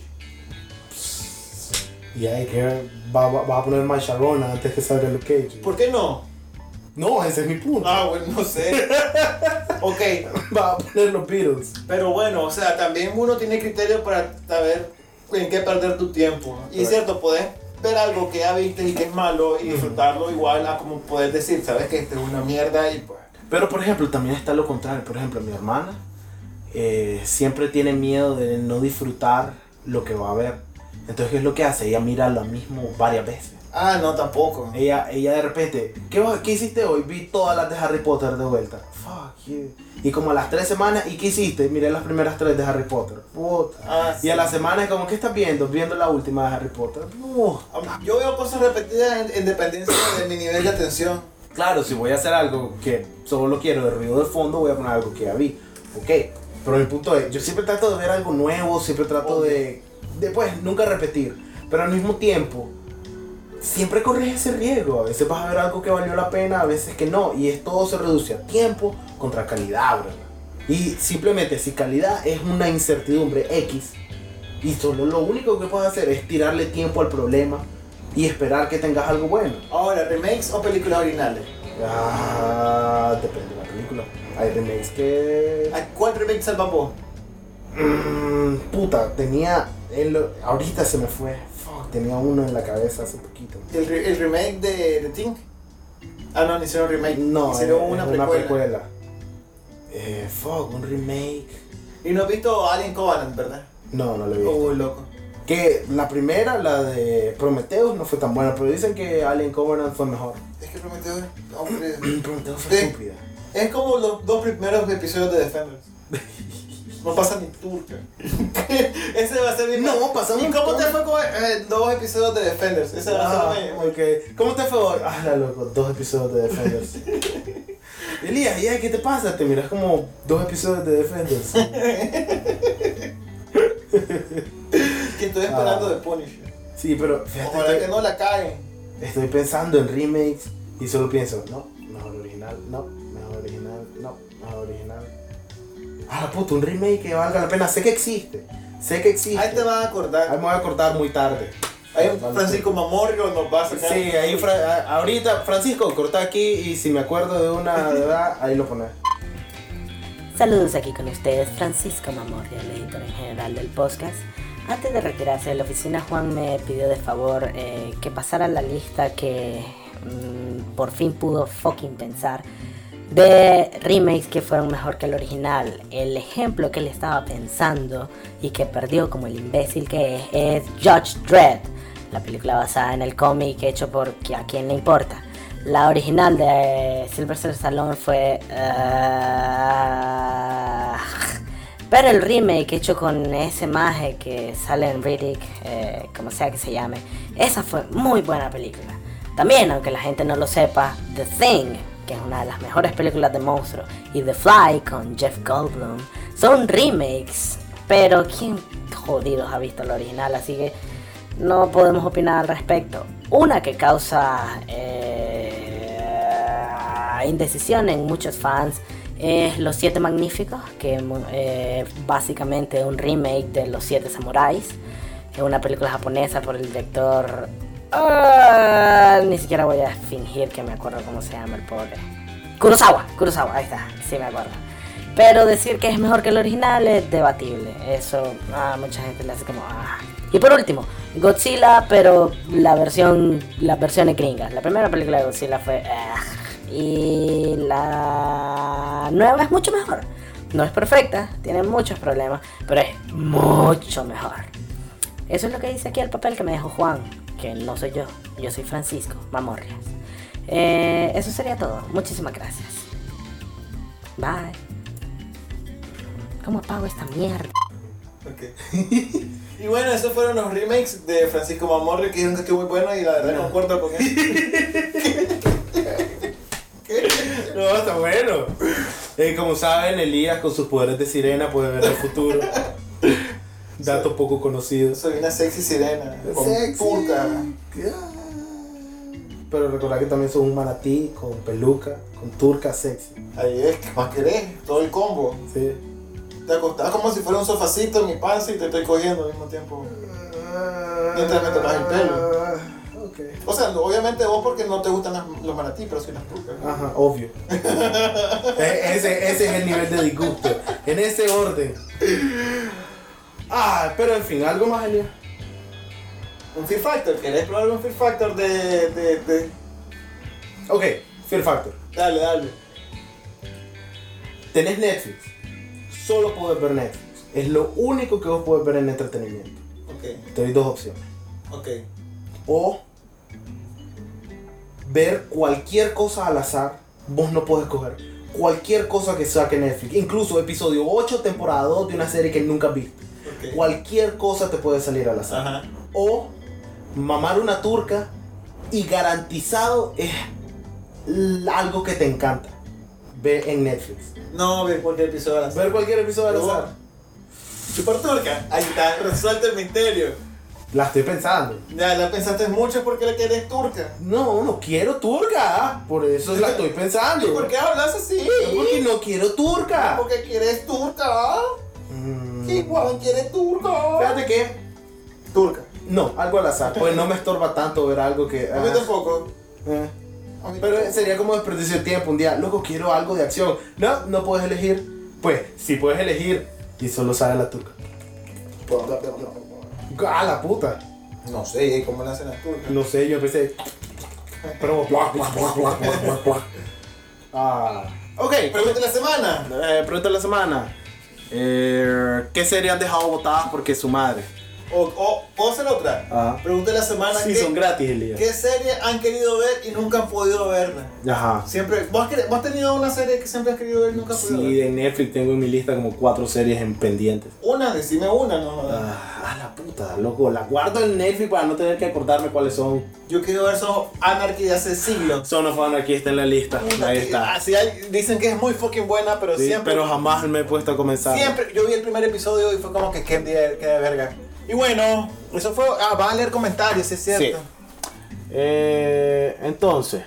[SPEAKER 1] Y hay que ver, va, va- vas a poner más Sharona antes que salga Luke Cage.
[SPEAKER 2] ¿Por qué no?
[SPEAKER 1] No, ese es mi punto.
[SPEAKER 2] Ah, bueno, no sé. ok,
[SPEAKER 1] (laughs) Va a poner los Beatles.
[SPEAKER 2] pero bueno, o sea, también uno tiene criterio para saber en qué perder tu tiempo. Y es cierto, podés ver algo que ya viste y que es malo y disfrutarlo igual a como poder decir, sabes que esto es una mierda y pues.
[SPEAKER 1] Pero por ejemplo, también está lo contrario. Por ejemplo, mi hermana eh, siempre tiene miedo de no disfrutar lo que va a ver. Entonces, ¿qué es lo que hace? Ella mira lo mismo varias veces.
[SPEAKER 2] Ah, no, tampoco.
[SPEAKER 1] Ella, ella de repente, ¿qué, va- qué hiciste hoy? Vi todas las de Harry Potter de vuelta. Fuck you. Y como a las tres semanas, ¿y qué hiciste? Miré las primeras tres de Harry Potter. Puta.
[SPEAKER 2] Ah,
[SPEAKER 1] Y a
[SPEAKER 2] sí.
[SPEAKER 1] la semana es como, ¿qué estás viendo? Viendo la última de Harry Potter. Puta.
[SPEAKER 2] Yo veo cosas repetidas en, en dependencia de mi nivel de atención.
[SPEAKER 1] Claro, si voy a hacer algo que solo quiero de ruido de fondo, voy a poner algo que ya vi. Ok, pero mi punto es, yo siempre trato de ver algo nuevo, siempre trato de, de, pues, nunca repetir. Pero al mismo tiempo, siempre corres ese riesgo. A veces vas a ver algo que valió la pena, a veces que no. Y es todo se reduce a tiempo contra calidad, bro. Y simplemente si calidad es una incertidumbre X, Y solo lo único que puedes hacer es tirarle tiempo al problema y esperar que tengas algo bueno.
[SPEAKER 2] Ahora, remakes o películas originales.
[SPEAKER 1] Ah, depende de la película. Hay remakes que.
[SPEAKER 2] ¿A cuál remake salva vos?
[SPEAKER 1] Mm, puta, tenía. el- ahorita se me fue. Fuck, tenía uno en la cabeza hace poquito.
[SPEAKER 2] ¿El, re- el remake de The Thing? Ah, no, no hicieron remake.
[SPEAKER 1] No,
[SPEAKER 2] hicieron
[SPEAKER 1] es-
[SPEAKER 2] una,
[SPEAKER 1] es
[SPEAKER 2] precuela.
[SPEAKER 1] Eh, fuck, un remake.
[SPEAKER 2] Y no has visto Alien Covenant, ¿verdad?
[SPEAKER 1] No, no lo vi.
[SPEAKER 2] Uy, loco.
[SPEAKER 1] Que la primera, la de Prometheus, no fue tan buena, pero dicen que Alien Covenant fue mejor. (clears throat)
[SPEAKER 2] Es que Prometeo es. Hombre.
[SPEAKER 1] Prometheus
[SPEAKER 2] fue
[SPEAKER 1] fue
[SPEAKER 2] Sí.
[SPEAKER 1] estúpida.
[SPEAKER 2] Es como los dos primeros episodios de Defenders. No pasa ni turca. (laughs) Ese va a ser mi.
[SPEAKER 1] No, pasó
[SPEAKER 2] ¿Y
[SPEAKER 1] un
[SPEAKER 2] cómo te
[SPEAKER 1] montón.
[SPEAKER 2] fue con eh, dos episodios de Defenders? Ese va a
[SPEAKER 1] Ah,
[SPEAKER 2] ser mi.
[SPEAKER 1] ok. ¿Cómo te fue hoy? Ah, la loco, dos episodios de Defenders.
[SPEAKER 2] (laughs)
[SPEAKER 1] Elías, ¿y ahí qué te pasa? Te miras como dos episodios de Defenders.
[SPEAKER 2] Que estoy esperando
[SPEAKER 1] Ah. Este
[SPEAKER 2] de Punisher.
[SPEAKER 1] Sí, pero fíjate,
[SPEAKER 2] Ojalá que
[SPEAKER 1] estoy,
[SPEAKER 2] no la caguen.
[SPEAKER 1] estoy pensando en remakes y solo pienso, no, mejor original, no, mejor original, no, mejor original. Ah, la puta, un remake que valga la pena. Sé que existe, sé que existe.
[SPEAKER 2] Ahí te vas a acordar.
[SPEAKER 1] Ahí me voy a cortar muy tarde.
[SPEAKER 2] Hay un Francisco Mamorrio nos va a
[SPEAKER 1] Sí,
[SPEAKER 2] sacar.
[SPEAKER 1] ahí Fra- a- ahorita, Francisco, corta aquí y si me acuerdo de una de verdad, ahí lo pones.
[SPEAKER 5] Saludos aquí con ustedes, Francisco Mamorria, el editor en general del podcast. Antes de retirarse de la oficina, Juan me pidió de favor eh, que pasara la lista que mm, por fin pudo fucking pensar de remakes que fueron mejor que el original. El ejemplo que él estaba pensando y que perdió como el imbécil que es es Judge Dredd, la película basada en el cómic hecho por qui- a quien le importa. La original de Sylvester Stallone fue... ah, pero el remake hecho con ese maje que sale en Riddick, eh, como sea que se llame, esa fue muy buena película. También, aunque la gente no lo sepa, The Thing, que es una de las mejores películas de monstruos, y The Fly con Jeff Goldblum, son remakes. Pero quién jodidos ha visto la original, así que no podemos opinar al respecto. Una que causa... eh, Ah, indecisión en muchos fans es Los Siete Magníficos, que mu- eh, básicamente es un remake de Los Siete Samuráis. Es una película japonesa por el director... Ah, ni siquiera voy a fingir que me acuerdo cómo se llama el pobre. Kurosawa, Kurosawa, ahí está, sí me acuerdo. Pero decir que es mejor que el original es debatible. Eso a mucha gente le hace como... ah. Y por último, Godzilla, pero la versión, las versiones gringas. La primera película de Godzilla fue... ah, y la nueva es mucho mejor. No es perfecta, tiene muchos problemas, pero es mucho mejor. Eso es lo que dice aquí el papel que me dejó Juan, que no soy yo, yo soy Francisco Mamorrias. Eh, eso sería todo, muchísimas gracias. Bye. ¿Cómo apago esta mierda?
[SPEAKER 2] (laughs) Y bueno, esos fueron los remakes de Francisco Mamorrio que dijeron que estuvo muy bueno y la verdad no acuerdo con él.
[SPEAKER 1] No, está bueno. Eh, como saben, Elías con sus poderes de sirena puede ver el futuro. Datos poco conocidos.
[SPEAKER 2] Soy una sexy sirena. Con turca.
[SPEAKER 1] Pero recordad que también son un manatí con peluca, con turca sexy.
[SPEAKER 2] Ahí es, ¿qué más querés? Todo el combo.
[SPEAKER 1] Sí.
[SPEAKER 2] Te acostás como si fuera un sofacito en mi panza y te estoy cogiendo al mismo tiempo. Mientras me tocas el pelo.
[SPEAKER 1] Ok.
[SPEAKER 2] O sea, no, obviamente vos porque no te gustan las- los manatí, pero sí las turcas.
[SPEAKER 1] Ajá, obvio. E- ese, ese es el nivel de disgusto. En ese orden. Ah, pero en fin, algo más, Elías.
[SPEAKER 2] Un Fear Factor, ¿querés probar un Fear Factor de, de, de-
[SPEAKER 1] Ok, Fear Factor.
[SPEAKER 2] Dale, dale.
[SPEAKER 1] Tenés Netflix. Solo podés ver Netflix. Es lo único que vos podés ver en entretenimiento.
[SPEAKER 2] Ok,
[SPEAKER 1] Te doy dos opciones.
[SPEAKER 2] ok.
[SPEAKER 1] O ver cualquier cosa al azar. Vos no podés coger cualquier cosa que saque Netflix. Incluso episodio 8, temporada 2 de una serie que nunca has visto.
[SPEAKER 2] ok.
[SPEAKER 1] Cualquier cosa te puede salir al azar.
[SPEAKER 2] Ajá.
[SPEAKER 1] o mamar una turca y garantizado es l- algo que te encanta ver en Netflix.
[SPEAKER 2] No, ve cualquier episodio de la
[SPEAKER 1] Ver cualquier episodio al
[SPEAKER 2] No.
[SPEAKER 1] azar.
[SPEAKER 2] Super turca. Ahí está, resuelto el misterio.
[SPEAKER 1] La estoy pensando.
[SPEAKER 2] Ya la pensaste mucho porque la querés turca.
[SPEAKER 1] No, no quiero turca. ah, Por eso la estoy
[SPEAKER 2] ¿Y
[SPEAKER 1] pensando.
[SPEAKER 2] por qué hablas así?
[SPEAKER 1] No, Porque no quiero turca.
[SPEAKER 2] Porque querés turca.
[SPEAKER 1] Mm,
[SPEAKER 2] Y Juan quiere turco.
[SPEAKER 6] Fíjate que
[SPEAKER 2] Turca.
[SPEAKER 6] No, algo al azar, pues no me estorba tanto ver algo que.
[SPEAKER 2] A mí
[SPEAKER 6] ah,
[SPEAKER 2] tampoco.
[SPEAKER 6] eh.
[SPEAKER 2] A mí
[SPEAKER 6] Pero
[SPEAKER 2] tampoco.
[SPEAKER 6] sería como desperdicio de tiempo un día, loco, quiero algo de acción. No, no puedes elegir. Pues, si puedes elegir, y solo sale la turca. ¡A la puta!
[SPEAKER 7] No sé, ¿eh? ¿cómo le hacen las turcas?
[SPEAKER 6] No sé, yo empecé. Pero. bla, bla, bla, bla, bla, bla, bla. Ah. Ok,
[SPEAKER 2] Pregunta de la semana.
[SPEAKER 6] eh, pregunta de la semana. Eh, ¿Qué series han dejado botadas porque su madre?
[SPEAKER 2] O, o, o hacer otra.
[SPEAKER 6] Ah.
[SPEAKER 2] Pregunta de la semana.
[SPEAKER 1] Sí,
[SPEAKER 2] ¿qué,
[SPEAKER 1] son gratis, Elías.
[SPEAKER 2] ¿Qué serie han querido ver y nunca han podido verla?
[SPEAKER 6] Ajá.
[SPEAKER 2] Siempre. ¿Vos, quer- vos has tenido una serie que siempre has querido ver y nunca has podido
[SPEAKER 1] Sí,
[SPEAKER 2] ver?
[SPEAKER 1] de Netflix tengo en mi lista como cuatro series en pendientes.
[SPEAKER 2] Una, decime una, no jodas.
[SPEAKER 1] Ah, a la puta, loco. La guardo en Netflix para no tener que acordarme cuáles son.
[SPEAKER 2] Yo quiero ver Son Anarchy de hace siglos.
[SPEAKER 1] Son of Anarchy está en la lista.
[SPEAKER 2] Una
[SPEAKER 1] Ahí
[SPEAKER 2] que-
[SPEAKER 1] está.
[SPEAKER 2] ah, sí, hay- dicen que es muy fucking buena, pero
[SPEAKER 1] Sí,
[SPEAKER 2] siempre.
[SPEAKER 1] pero jamás me he puesto a comenzar.
[SPEAKER 2] Siempre, yo vi el primer episodio y fue como que qué de, qué de verga. Y bueno, eso fue. Ah, van a leer comentarios, sí es cierto.
[SPEAKER 1] Eh, entonces,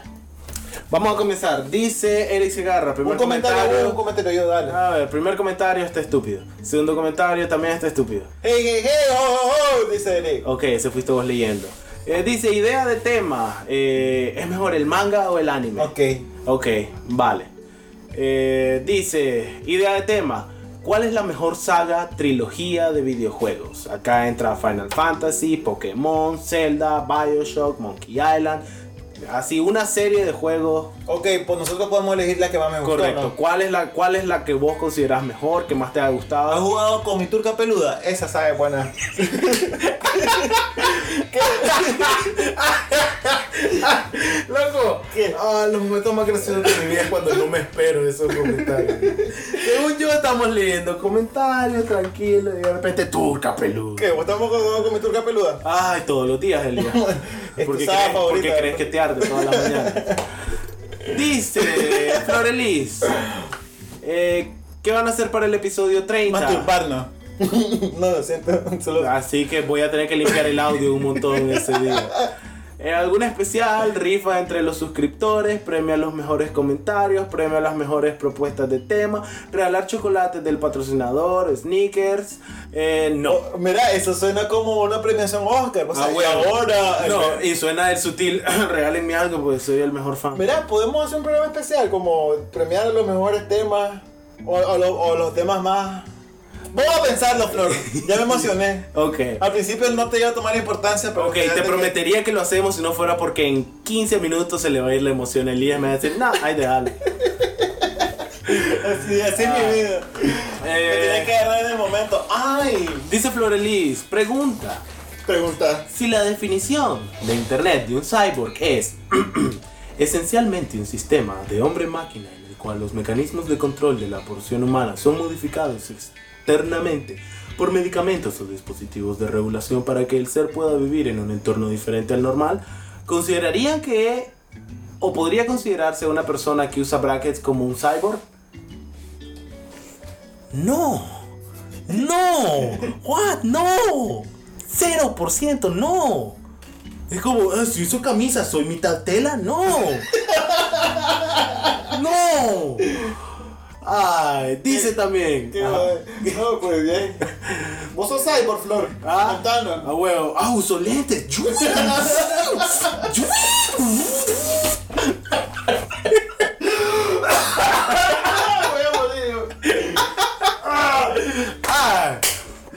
[SPEAKER 1] vamos a comenzar. Dice Eric Segarra, primer
[SPEAKER 2] Un comentario,
[SPEAKER 1] comentario.
[SPEAKER 2] un comentario yo, dale.
[SPEAKER 1] a ver, primer comentario está estúpido. Segundo comentario también está estúpido.
[SPEAKER 2] Hey, hey, hey, oh, oh, oh, dice Eric.
[SPEAKER 1] Ok, ese fuiste vos leyendo. Eh, dice, idea de tema. eh, ¿Es mejor el manga o el anime?
[SPEAKER 2] Ok.
[SPEAKER 1] Ok, vale. Eh, dice, idea de tema. ¿Cuál es la mejor saga, trilogía de videojuegos? Acá entra Final Fantasy, Pokémon, Zelda, Bioshock, Monkey Island. Así, una serie de juegos.
[SPEAKER 2] Ok, pues nosotros podemos elegir la que más me gustó.
[SPEAKER 1] Correcto.
[SPEAKER 2] ¿no?
[SPEAKER 1] ¿Cuál es, la, ¿Cuál es la que vos considerás mejor, que más te ha
[SPEAKER 2] ¿Has
[SPEAKER 1] gustado?
[SPEAKER 2] jugado con mi turca peluda? Esa sabe (laughs) buena. (laughs)
[SPEAKER 6] Loco, ah, los momentos más graciosos de mi vida es cuando no me espero esos comentarios.
[SPEAKER 2] (laughs)
[SPEAKER 6] Según yo estamos leyendo comentarios tranquilos y de repente turca peludo.
[SPEAKER 2] ¿Qué? ¿Vos estamos jugando con mi turca peluda?
[SPEAKER 1] Ay, todos los días,
[SPEAKER 2] (laughs)
[SPEAKER 1] Elías.
[SPEAKER 2] Es tu
[SPEAKER 1] Porque
[SPEAKER 2] saga
[SPEAKER 1] crees,
[SPEAKER 2] favorita,
[SPEAKER 1] porque
[SPEAKER 2] ¿verdad?
[SPEAKER 1] crees que te arde todas las
[SPEAKER 2] (laughs)
[SPEAKER 1] mañanas. Dice Florelis. eh, ¿Qué van a hacer para el episodio 30?
[SPEAKER 2] Masturbarnos. (laughs) no, lo siento. (laughs) Solo...
[SPEAKER 1] Así que voy a tener que limpiar el audio un montón ese día. Eh, ¿Alguna especial? Rifa entre los suscriptores, premio a los mejores comentarios, premio a las mejores propuestas de tema, regalar chocolates del patrocinador, sneakers. eh, no.
[SPEAKER 2] Oh, mira, eso suena como una premiación Oscar. O sea,
[SPEAKER 1] Ah,
[SPEAKER 2] y
[SPEAKER 1] bueno.
[SPEAKER 2] ahora. eh,
[SPEAKER 1] No, y suena el sutil, (coughs) regálenme algo porque soy el mejor fan.
[SPEAKER 2] Mira, podemos hacer un programa especial, como premiar los mejores temas o, o lo- o los temas más. Vamos a pensarlo, Flor. Ya me
[SPEAKER 1] (laughs)
[SPEAKER 2] emocioné.
[SPEAKER 1] Ok.
[SPEAKER 2] Al principio no te iba a tomar importancia, pero.
[SPEAKER 1] Ok, te
[SPEAKER 2] fíjate que-
[SPEAKER 1] prometería que lo hacemos si no fuera porque en 15 minutos se le va a ir la emoción a Elías y me va a decir, no, ahí déjalo.
[SPEAKER 2] (laughs) Así, así es mi vida. (laughs) Me tenía que
[SPEAKER 1] Ah. Eh,
[SPEAKER 2] agarrar en el momento. ¡Ay!
[SPEAKER 1] dice Florelis, pregunta,
[SPEAKER 2] Pregunta.
[SPEAKER 1] si la definición de Internet de un cyborg es (clears throat) esencialmente un sistema de hombre-máquina en el cual los mecanismos de control de la porción humana son modificados externamente por medicamentos o dispositivos de regulación para que el ser pueda vivir en un entorno diferente al normal, ¿considerarían que o podría considerarse una persona que usa brackets como un cyborg? No. No. What? No. 0% no. Es como, ah, si uso camisa, soy mitad tela, no. No. Ay, dice también.
[SPEAKER 2] Qué
[SPEAKER 1] Ajá.
[SPEAKER 2] joder. No,
[SPEAKER 1] (laughs)
[SPEAKER 2] pues bien. Vos sos cyborg, Flor.
[SPEAKER 1] Ah.
[SPEAKER 2] Montana.
[SPEAKER 1] Ah, huevo. Ah, uso lentes. Yo- yo-
[SPEAKER 2] Ah, voy a morir.
[SPEAKER 1] Ah,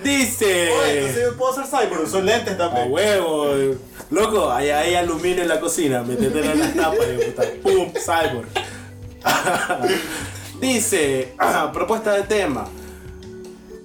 [SPEAKER 1] dice.
[SPEAKER 2] Oye, entonces yo puedo ser cyborg. Uso lentes
[SPEAKER 1] A
[SPEAKER 2] también.
[SPEAKER 1] huevo. eh. Loco, ahí hay aluminio en la cocina. Métetelo en las tapas y puta. Pum, cyborg. (laughs) Dice, (clears throat) propuesta de tema.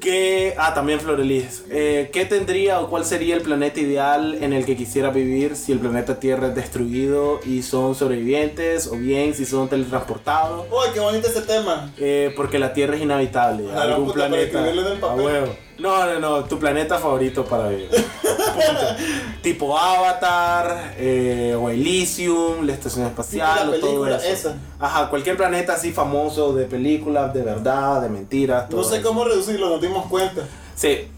[SPEAKER 1] Que, ah, también Florelis. Eh, ¿Qué tendría o cuál sería el planeta ideal en el que quisiera vivir si el planeta Tierra es destruido y son sobrevivientes? O bien si son teletransportados.
[SPEAKER 2] Uy, qué bonito ese tema.
[SPEAKER 1] Eh, porque la Tierra es inhabitable.
[SPEAKER 2] Ojalá,
[SPEAKER 1] Algún
[SPEAKER 2] Ah, puta, para
[SPEAKER 1] planeta.
[SPEAKER 2] escribirlo en el
[SPEAKER 1] A
[SPEAKER 2] papel.
[SPEAKER 1] huevo. No, no, no. Tu planeta favorito para
[SPEAKER 2] (laughs)
[SPEAKER 1] vivir. Punto. tipo Avatar, eh, o Elysium, la estación espacial,
[SPEAKER 2] la
[SPEAKER 1] o todo
[SPEAKER 2] película
[SPEAKER 1] eso.
[SPEAKER 2] esa.
[SPEAKER 1] Ajá, cualquier planeta así famoso de películas, de verdad, de mentiras, todo
[SPEAKER 2] No sé
[SPEAKER 1] eso.
[SPEAKER 2] cómo reducirlo, no dimos cuenta.
[SPEAKER 1] Sí.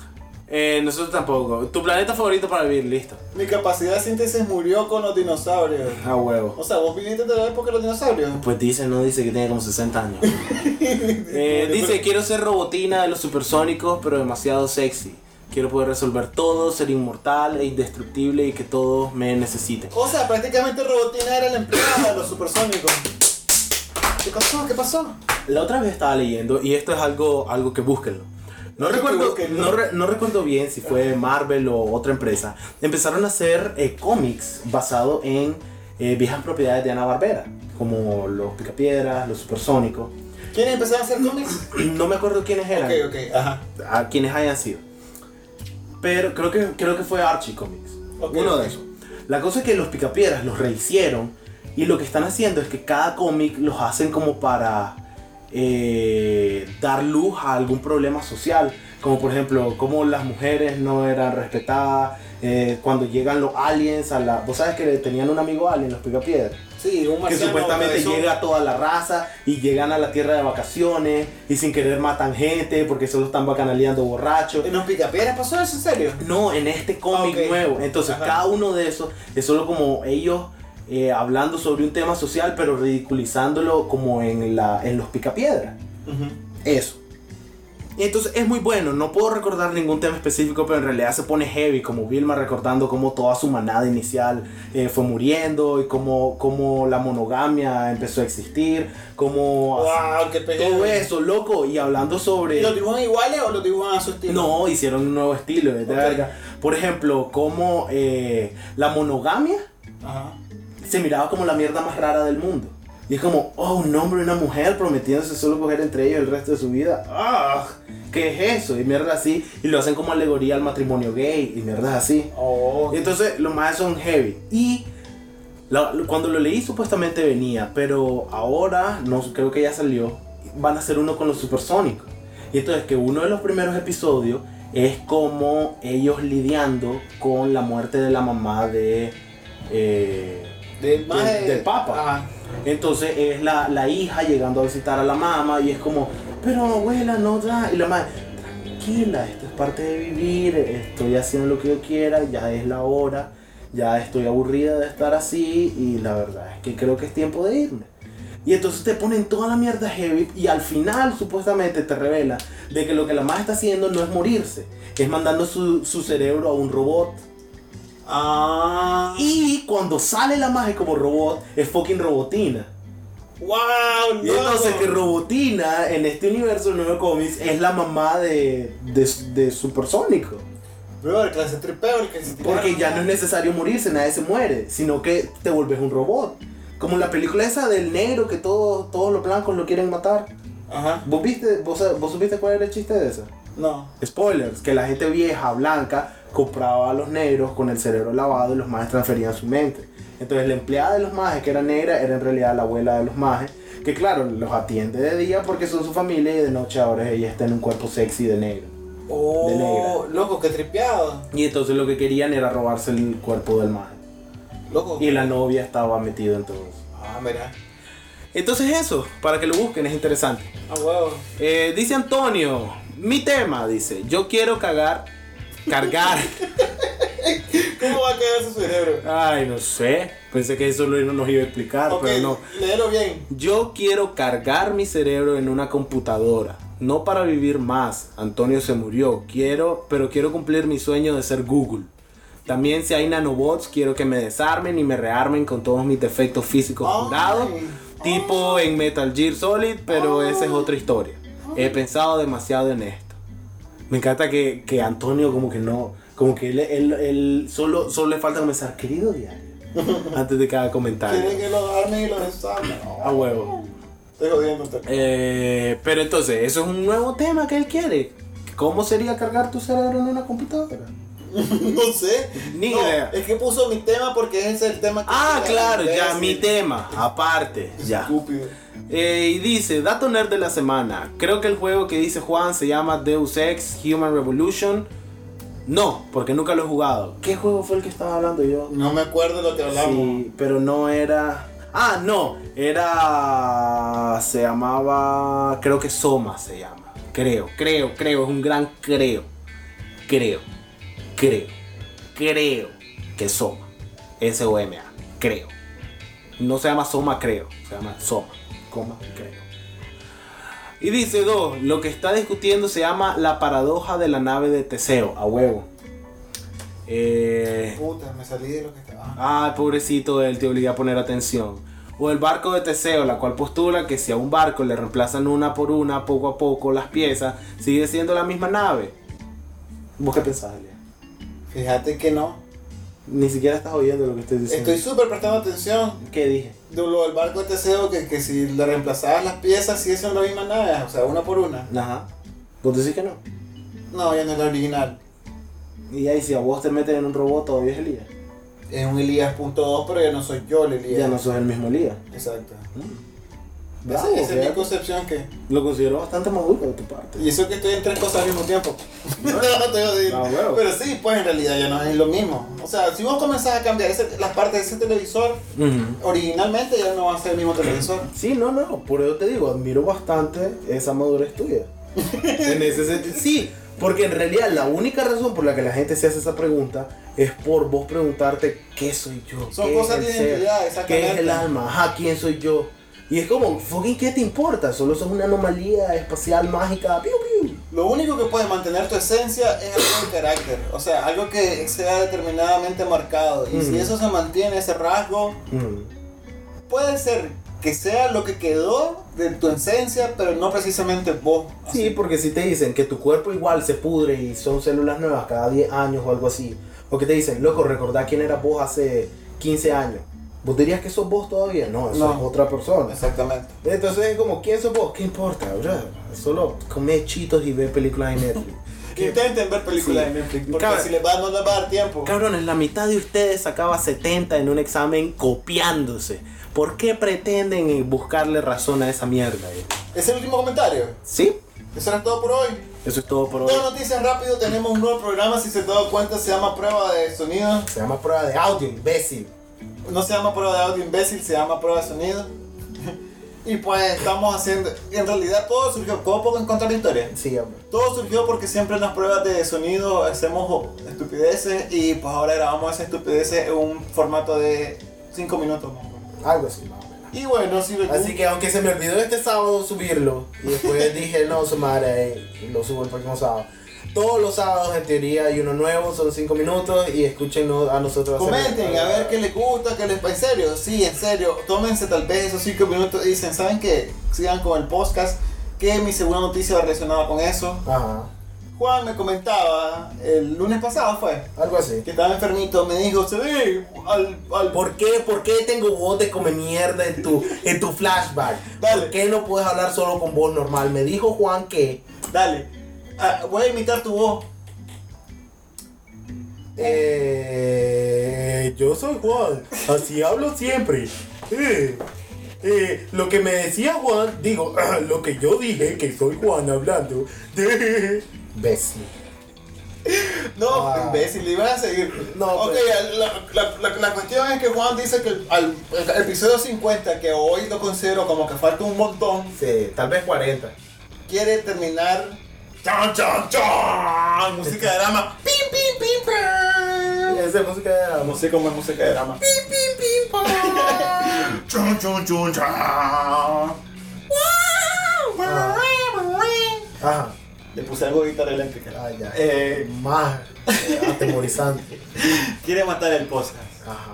[SPEAKER 1] Eh, nosotros tampoco. Tu planeta favorito para vivir, listo.
[SPEAKER 2] Mi capacidad de síntesis murió con los dinosaurios.
[SPEAKER 1] A huevo.
[SPEAKER 2] O sea, vos viniste de la época de los dinosaurios.
[SPEAKER 1] Pues dice, no dice que tiene como 60
[SPEAKER 2] (laughs)
[SPEAKER 1] años. Eh, dice, quiero ser robotina de los supersónicos, pero demasiado sexy. Quiero poder resolver todo, ser inmortal e indestructible y que todos me necesiten.
[SPEAKER 2] O sea, prácticamente Robotina era la empleada de los supersónicos. ¿Qué pasó? ¿Qué pasó?
[SPEAKER 1] La otra vez estaba leyendo, y esto es algo, algo que búsquenlo. No
[SPEAKER 2] Algo que
[SPEAKER 1] recuerdo,
[SPEAKER 2] búsquenlo.
[SPEAKER 1] no, re- no recuerdo bien si fue Marvel o otra empresa. Empezaron a hacer eh, cómics basados en eh, viejas propiedades de Ana Barbera, como los Picapiedras, los Supersónicos. (clears throat)
[SPEAKER 2] ¿Quiénes empezaron a hacer cómics?
[SPEAKER 1] No me acuerdo quiénes eran,
[SPEAKER 2] Ok, ok, ajá.
[SPEAKER 1] a quienes hayan sido. Pero creo que, creo que fue Archie Comics,
[SPEAKER 2] Ok,
[SPEAKER 1] uno
[SPEAKER 2] ok.
[SPEAKER 1] de esos. La cosa es que los Picapiedras los rehicieron y lo que están haciendo es que cada cómic los hacen como para eh, dar luz a algún problema social. Como por ejemplo, cómo las mujeres no eran respetadas, eh, cuando llegan los aliens a la... Vos sabes que tenían un amigo alien, los Picapiedras.
[SPEAKER 2] Sí, un
[SPEAKER 1] Que
[SPEAKER 2] marciano
[SPEAKER 1] supuestamente
[SPEAKER 2] cabezón.
[SPEAKER 1] llega a toda la raza y llegan a la tierra de vacaciones y sin querer matan gente porque solo están bacanaleando borrachos.
[SPEAKER 2] ¿En los picapiedras pasó eso en serio?
[SPEAKER 1] No, en este cómic
[SPEAKER 2] Ah, ok.
[SPEAKER 1] nuevo. Entonces,
[SPEAKER 2] Ajá.
[SPEAKER 1] cada uno de esos es solo como ellos eh, hablando sobre un tema social, pero ridiculizándolo como en, la, en los picapiedras. Eso. Y entonces es muy bueno, no puedo recordar ningún tema específico, pero en realidad se pone heavy, como Vilma recordando cómo toda su manada inicial eh, fue muriendo y cómo, cómo la monogamia empezó a existir, cómo
[SPEAKER 2] Wow, qué pelea.
[SPEAKER 1] todo eso, loco, y hablando sobre...
[SPEAKER 2] ¿Y ¿Los dibujan iguales o los dibujan a su estilo?
[SPEAKER 1] No, hicieron un nuevo estilo, es de
[SPEAKER 2] Ok.
[SPEAKER 1] verga. Por ejemplo, como eh, la monogamia
[SPEAKER 2] Ajá.
[SPEAKER 1] se miraba como la mierda más rara del mundo. Y es como, oh, un hombre y una mujer prometiéndose solo coger entre ellos el resto de su vida. ¡Ah! ¿Qué es eso? Y mierda así. Y lo hacen como alegoría al matrimonio gay y mierdas así.
[SPEAKER 2] Oh,
[SPEAKER 1] Y entonces los más son heavy. Y la- cuando lo leí supuestamente venía, pero ahora no creo que ya salió. Van a hacer uno con los supersónicos. Y entonces que uno de los primeros episodios es como ellos lidiando con la muerte de la mamá de... eh,
[SPEAKER 2] del,
[SPEAKER 1] del- del papa.
[SPEAKER 2] Ajá.
[SPEAKER 1] entonces es la, la hija llegando a visitar a la mamá y es como, pero abuela, no da. Y la madre, tranquila, esto es parte de vivir, estoy haciendo lo que yo quiera, ya es la hora, ya estoy aburrida de estar así y la verdad es que creo que es tiempo de irme. Y entonces te ponen toda la mierda heavy y al final supuestamente te revela de que lo que la madre está haciendo no es morirse, es mandando su, su cerebro a un robot.
[SPEAKER 2] Ah.
[SPEAKER 1] Y cuando sale la magia como robot, es fucking robotina.
[SPEAKER 2] Wow,
[SPEAKER 1] Y entonces que Robotina en este universo de nuevo cómics es la mamá de, de, de Supersónico.
[SPEAKER 2] Bro, clase tripeo el que se tiraron.
[SPEAKER 1] Porque ya no es necesario morirse, nadie se muere, sino que te vuelves un robot. Como la película esa del negro que todos todos los blancos lo quieren matar.
[SPEAKER 2] Ajá.
[SPEAKER 1] ¿Vos viste, vos, vos supiste cuál era el chiste de esa?
[SPEAKER 2] No.
[SPEAKER 1] Spoilers, que la gente vieja, blanca, compraba a los negros con el cerebro lavado y los majes transferían su mente. Entonces la empleada de los majes, que era negra, era en realidad la abuela de los majes, que claro, los atiende de día porque son su familia y de noche ahora ella está en un cuerpo sexy de negro. De
[SPEAKER 2] Oh,
[SPEAKER 1] negra.
[SPEAKER 2] loco, qué tripeado.
[SPEAKER 1] Y entonces lo que querían era robarse el cuerpo del maje.
[SPEAKER 2] Loco.
[SPEAKER 1] Y la novia estaba metida en todo eso.
[SPEAKER 2] Ah, mira.
[SPEAKER 1] Entonces eso, para que lo busquen, es interesante.
[SPEAKER 2] Ah, huevo.
[SPEAKER 1] Eh, dice Antonio, mi tema, dice, yo quiero cagar, cargar.
[SPEAKER 2] ¿Cómo va a quedar su cerebro?
[SPEAKER 1] Ay, no sé. Pensé que eso lo- nos iba a explicar,
[SPEAKER 2] ok,
[SPEAKER 1] Ah, pero no.
[SPEAKER 2] léelo bien.
[SPEAKER 1] Yo quiero cargar mi cerebro en una computadora. No para vivir más. Antonio se murió. Quiero, pero quiero cumplir mi sueño de ser Google. También si hay nanobots, quiero que me desarmen y me rearmen con todos mis defectos físicos
[SPEAKER 2] Ay.
[SPEAKER 1] jurados. Tipo en Metal Gear Solid, pero esa es otra historia. He pensado demasiado en esto. Me encanta que, que Antonio como que no, como que él, él- él solo, solo le falta comenzar, querido
[SPEAKER 2] (laughs)
[SPEAKER 1] diario, antes de cada
[SPEAKER 2] Quieren
[SPEAKER 1] comentario.
[SPEAKER 2] que lo armen y lo desarmen. No,
[SPEAKER 1] A huevo.
[SPEAKER 2] estoy (laughs) jodiendo usted.
[SPEAKER 1] Eh, pero entonces, eso es un nuevo tema que él quiere. ¿Cómo sería cargar tu cerebro en una computadora?
[SPEAKER 2] No sé.
[SPEAKER 1] Ni
[SPEAKER 2] No,
[SPEAKER 1] idea.
[SPEAKER 2] Es que puso mi tema porque ese es el tema que.
[SPEAKER 1] Ah, claro, ya, mi
[SPEAKER 2] tema.
[SPEAKER 1] tema, aparte, ya.
[SPEAKER 2] Estúpido.
[SPEAKER 1] Eh, y dice, dato nerd de la semana. Creo que el juego que dice Juan se llama Deus Ex Human Revolution. No, porque nunca lo he jugado. ¿Qué juego fue el que estaba hablando yo?
[SPEAKER 2] No me acuerdo lo que hablamos.
[SPEAKER 1] Sí, pero no era... Ah, no, era... Se llamaba... Creo que Soma se llama. Creo, creo, creo, es un gran creo.
[SPEAKER 3] creo, creo, creo que Soma. S-O-M-A, creo. No se llama Soma, creo. Se llama Soma, coma, creo. Y dice dos, lo que está discutiendo se llama la paradoja de la nave de Teseo, a huevo. Eh,
[SPEAKER 2] Puta, me salí de lo que estaba.
[SPEAKER 3] Ah, pobrecito él, te obliga a poner atención. O el barco de Teseo, la cual postula que si a un barco le reemplazan una por una, poco a poco, las piezas, sigue siendo la misma nave. ¿Vos qué pensás, Elia?
[SPEAKER 2] Fíjate que no.
[SPEAKER 1] Ni siquiera estás oyendo lo que estoy diciendo.
[SPEAKER 2] Estoy súper prestando atención.
[SPEAKER 1] ¿Qué dije?
[SPEAKER 2] De lo del barco de Teseo, que, que si le reemplazabas las piezas, sí son las mismas naves, o sea, una por una.
[SPEAKER 1] Ajá. Vos decís que no.
[SPEAKER 2] No, ya no es la original.
[SPEAKER 1] Y ahí si a vos te meten en un robot todavía es Elías.
[SPEAKER 2] Es un Elías.2, pero ya no soy yo el Elías.
[SPEAKER 1] Ya Mm. no sos el mismo Elías.
[SPEAKER 2] Exacto.
[SPEAKER 3] Ah,
[SPEAKER 1] Bravo,
[SPEAKER 2] Esa- esa es mi
[SPEAKER 1] fíjate.
[SPEAKER 2] concepción que.
[SPEAKER 1] Lo considero bastante maduro de tu parte.
[SPEAKER 2] Y eso que estoy en tres cosas al mismo tiempo. (laughs) No, no, te voy a decir.
[SPEAKER 1] Ah, huevo.
[SPEAKER 2] Pero sí, pues en realidad ya no es lo mismo. O sea, si vos comenzás a cambiar ese- las partes de ese televisor, originalmente ya no va a ser el mismo televisor.
[SPEAKER 1] Sí, no, no, por eso te digo, admiro bastante esa madurez
[SPEAKER 2] (laughs)
[SPEAKER 1] tuya. en ese sentido, sí, porque en realidad la única razón por la que la gente se hace esa pregunta es por vos preguntarte qué soy yo.
[SPEAKER 2] Son
[SPEAKER 1] ¿Qué
[SPEAKER 2] cosas
[SPEAKER 1] es
[SPEAKER 2] de
[SPEAKER 1] el ser?
[SPEAKER 2] identidad,
[SPEAKER 1] ¿Qué es el
[SPEAKER 2] exactamente.
[SPEAKER 1] alma? Ajá, ¿quién soy yo? Y es como, fucking, ¿qué te importa? Solo sos una anomalía espacial mágica. Piu, piu.
[SPEAKER 2] Lo único que puede mantener tu esencia es algo de carácter. O sea, algo que sea determinadamente marcado. Y si
[SPEAKER 1] Ujú.
[SPEAKER 2] eso se mantiene, ese rasgo,
[SPEAKER 1] Mm.
[SPEAKER 2] puede ser que sea lo que quedó de tu esencia, pero no precisamente vos.
[SPEAKER 1] Sí, porque si te dicen que tu cuerpo igual se pudre y son células nuevas cada 10 años o algo así, o que te dicen, loco, recordá quién eras vos hace 15 años, ¿vos dirías que sos vos todavía? No, eso
[SPEAKER 2] No.
[SPEAKER 1] es otra persona.
[SPEAKER 2] Exactamente.
[SPEAKER 1] Entonces es como, ¿quién sos vos? ¿Qué importa, brother? Solo come chitos y ve películas en Netflix.
[SPEAKER 2] Que intenten ver películas
[SPEAKER 1] Sí.
[SPEAKER 2] de Netflix, porque
[SPEAKER 1] Cabe-
[SPEAKER 2] si les va, no les va a dar tiempo.
[SPEAKER 3] Cabrones, la mitad de ustedes sacaba 70 en un examen copiándose. ¿Por qué
[SPEAKER 1] eh,
[SPEAKER 3] pretenden buscarle razón a esa mierda? eh?
[SPEAKER 2] Ese es el último comentario.
[SPEAKER 3] ¿Sí?
[SPEAKER 2] Eso era todo por hoy.
[SPEAKER 3] Eso es todo por hoy.
[SPEAKER 2] Dos noticias rápido, tenemos un nuevo programa, si se han dado cuenta, se llama Prueba de Sonido.
[SPEAKER 1] Se llama prueba de audio, imbécil.
[SPEAKER 2] No se llama Prueba de Audio Imbécil, se llama Prueba de Sonido. y pues estamos haciendo, en realidad todo surgió, ¿cómo puedo encontrar la historia?
[SPEAKER 1] Sí, hombre.
[SPEAKER 2] Todo surgió porque siempre en las pruebas de sonido hacemos estupideces y pues ahora grabamos esas estupideces en un formato de 5 minutos. más o menos.
[SPEAKER 1] Algo así, más o menos.
[SPEAKER 2] Y bueno, si algún-
[SPEAKER 1] Así que aunque se me olvidó este sábado subirlo, y (laughs) después dije, no, su madre, eh, lo subo el próximo sábado. Todos los sábados en teoría hay uno nuevo, son 5 minutos y escúchenos a nosotros. hacer-
[SPEAKER 2] Comenten a ver qué les gusta, qué les parece. En serio, sí, en serio. Tómense tal vez esos 5 minutos y dicen, ¿saben qué? Sigan con el podcast. Que mi segunda noticia va relacionada con eso.
[SPEAKER 1] Ajá,
[SPEAKER 2] Juan me comentaba el lunes pasado, fue
[SPEAKER 1] algo así.
[SPEAKER 2] que estaba enfermito. Me dijo, se ve al, al
[SPEAKER 1] ¿Por qué? ¿Por qué tengo voz de come mierda en tu, en tu flashback?
[SPEAKER 2] Dale.
[SPEAKER 1] ¿Por qué no puedes hablar solo con voz normal? Me dijo Juan que...
[SPEAKER 2] Dale, Ah, voy a imitar tu voz.
[SPEAKER 1] Eh, yo soy Juan, así hablo siempre. Eh, eh, lo que me decía Juan, digo, (clears throat) lo que yo dije, que soy Juan hablando. (laughs) ¿Ves?
[SPEAKER 2] No,
[SPEAKER 1] Ah.
[SPEAKER 2] imbécil, le iban a seguir.
[SPEAKER 1] No,
[SPEAKER 2] ok, la, la- la- la cuestión es que Juan dice que al, al episodio 50, que hoy lo considero como que falta un montón,
[SPEAKER 1] Sí, tal vez 40.
[SPEAKER 2] quiere terminar. ¡Chan, chan, chan! Música de drama. ¡Pim, pim, pim, pam!
[SPEAKER 1] Esa música era
[SPEAKER 2] No sé cómo es música de drama. ¡Pim, pim, pim, pam! ¡Chon, chon, chon, chan!
[SPEAKER 1] Ah. Ajá.
[SPEAKER 2] Le puse algo de guitarra eléctrica.
[SPEAKER 1] Ah, ya.
[SPEAKER 2] Eh,
[SPEAKER 1] Más eh, atemorizante.
[SPEAKER 2] quiere matar el podcast.
[SPEAKER 1] Ajá.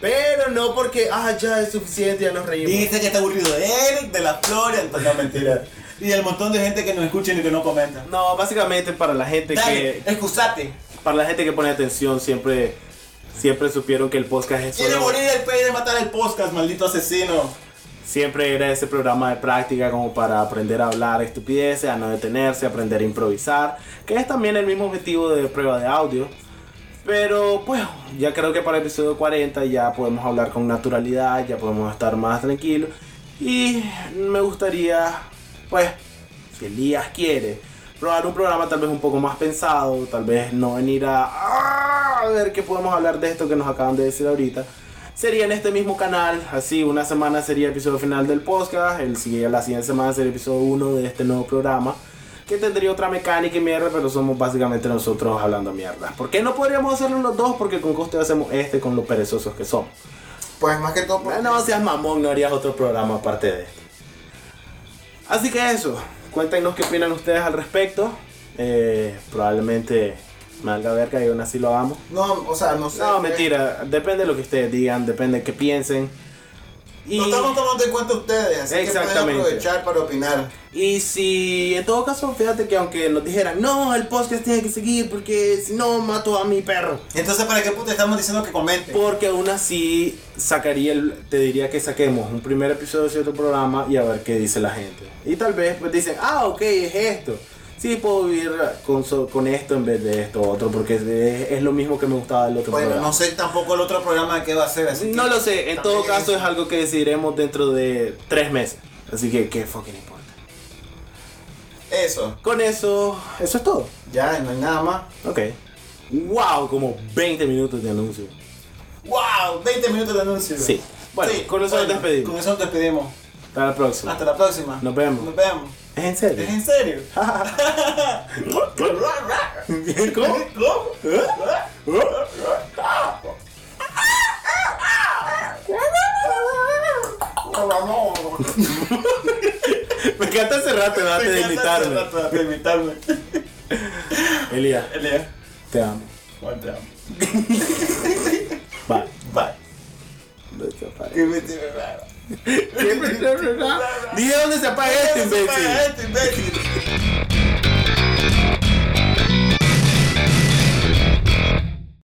[SPEAKER 1] Pero no porque, ah, ya es suficiente, ya nos reímos.
[SPEAKER 2] Dice que está aburrido Eric de la Flores, entonces no mentira. Y el montón de gente que nos escucha y que no comenta.
[SPEAKER 3] No, básicamente para la gente
[SPEAKER 2] Dale,
[SPEAKER 3] que
[SPEAKER 2] excusate.
[SPEAKER 3] para la gente que pone atención siempre siempre supieron que el podcast es
[SPEAKER 2] Quiere
[SPEAKER 3] solo-
[SPEAKER 2] morir el pey de matar el podcast, maldito asesino.
[SPEAKER 3] siempre era ese programa de práctica como para aprender a hablar estupideces, a no detenerse, aprender a improvisar, que es también el mismo objetivo de prueba de audio. Pero pues ya creo que para el episodio 40 ya podemos hablar con naturalidad, ya podemos estar más tranquilos y me gustaría pues si Elías quiere probar un programa tal vez un poco más pensado, tal vez no venir a "Ah, a ver qué podemos hablar de esto que nos acaban de decir ahorita. Sería en este mismo canal, así una semana sería el episodio final del podcast, el, sigue- la siguiente semana sería el episodio 1 de este nuevo programa. que tendría otra mecánica y mierda, pero somos básicamente nosotros hablando mierda. ¿Por qué no podríamos hacerlo los dos? Porque con coste hacemos este con los perezosos que somos.
[SPEAKER 2] Pues más que todo por...
[SPEAKER 3] No, no seas mamón, no harías otro programa aparte de este. Así que eso, cuéntenos qué opinan ustedes al respecto. Eh, probablemente me valga verga y aún así lo hagamos.
[SPEAKER 2] No, o sea, no sé.
[SPEAKER 3] No,
[SPEAKER 2] pues,
[SPEAKER 3] mentira, depende de lo que ustedes digan, depende de qué piensen. Y,
[SPEAKER 2] eh, No estamos tomando en cuenta ustedes, así que pueden
[SPEAKER 3] Exactamente.
[SPEAKER 2] aprovechar para opinar.
[SPEAKER 3] y si en todo caso, fíjate que aunque nos dijeran, no, el podcast tiene que seguir porque si no mato a mi perro.
[SPEAKER 2] Entonces, ¿para qué puta estamos diciendo que comenten?
[SPEAKER 3] Porque aún así sacaría el, te diría que saquemos un primer episodio de cierto programa y a ver qué dice la gente. Y tal vez pues dicen, ah, ok, es esto. Sí, puedo vivir con, so- con esto en vez de esto otro, porque es, es lo mismo que me gustaba del otro
[SPEAKER 2] Bueno,
[SPEAKER 3] programa.
[SPEAKER 2] no sé tampoco el otro programa de qué va a ser, así
[SPEAKER 3] No
[SPEAKER 2] que
[SPEAKER 3] lo sé, en todo
[SPEAKER 2] también
[SPEAKER 3] caso es algo que decidiremos dentro de tres meses. Así que qué fucking importa.
[SPEAKER 2] Eso,
[SPEAKER 3] Con eso, eso es todo.
[SPEAKER 2] ya, no hay nada más.
[SPEAKER 3] Ok. Wow, como 20 minutos de anuncio.
[SPEAKER 2] ¡Wow! 20 minutos de anuncio.
[SPEAKER 3] Sí. Bueno,
[SPEAKER 2] Sí,
[SPEAKER 3] con eso
[SPEAKER 2] bueno,
[SPEAKER 3] nos
[SPEAKER 2] Con
[SPEAKER 3] despedimos.
[SPEAKER 2] eso nos despedimos.
[SPEAKER 3] Hasta la próxima.
[SPEAKER 2] Hasta la próxima.
[SPEAKER 3] Nos vemos.
[SPEAKER 2] Nos vemos.
[SPEAKER 3] ¿Es en
[SPEAKER 2] ¿Es
[SPEAKER 3] (laughs) serio?
[SPEAKER 2] en serio? (laughs)
[SPEAKER 3] ¿Cómo?
[SPEAKER 2] ¿Cómo?
[SPEAKER 3] Me encanta ese rato antes de invitarme.
[SPEAKER 2] Antes de
[SPEAKER 3] (laughs)
[SPEAKER 2] invitarme.
[SPEAKER 3] Elías,
[SPEAKER 2] Elías,
[SPEAKER 3] te amo.
[SPEAKER 2] bueno, te amo.
[SPEAKER 3] Bye.
[SPEAKER 2] Bye.
[SPEAKER 3] Bye.
[SPEAKER 2] Que me tiene raro.
[SPEAKER 3] Dije dónde se apaga este
[SPEAKER 2] Eso
[SPEAKER 3] imbécil.
[SPEAKER 2] para este imbécil.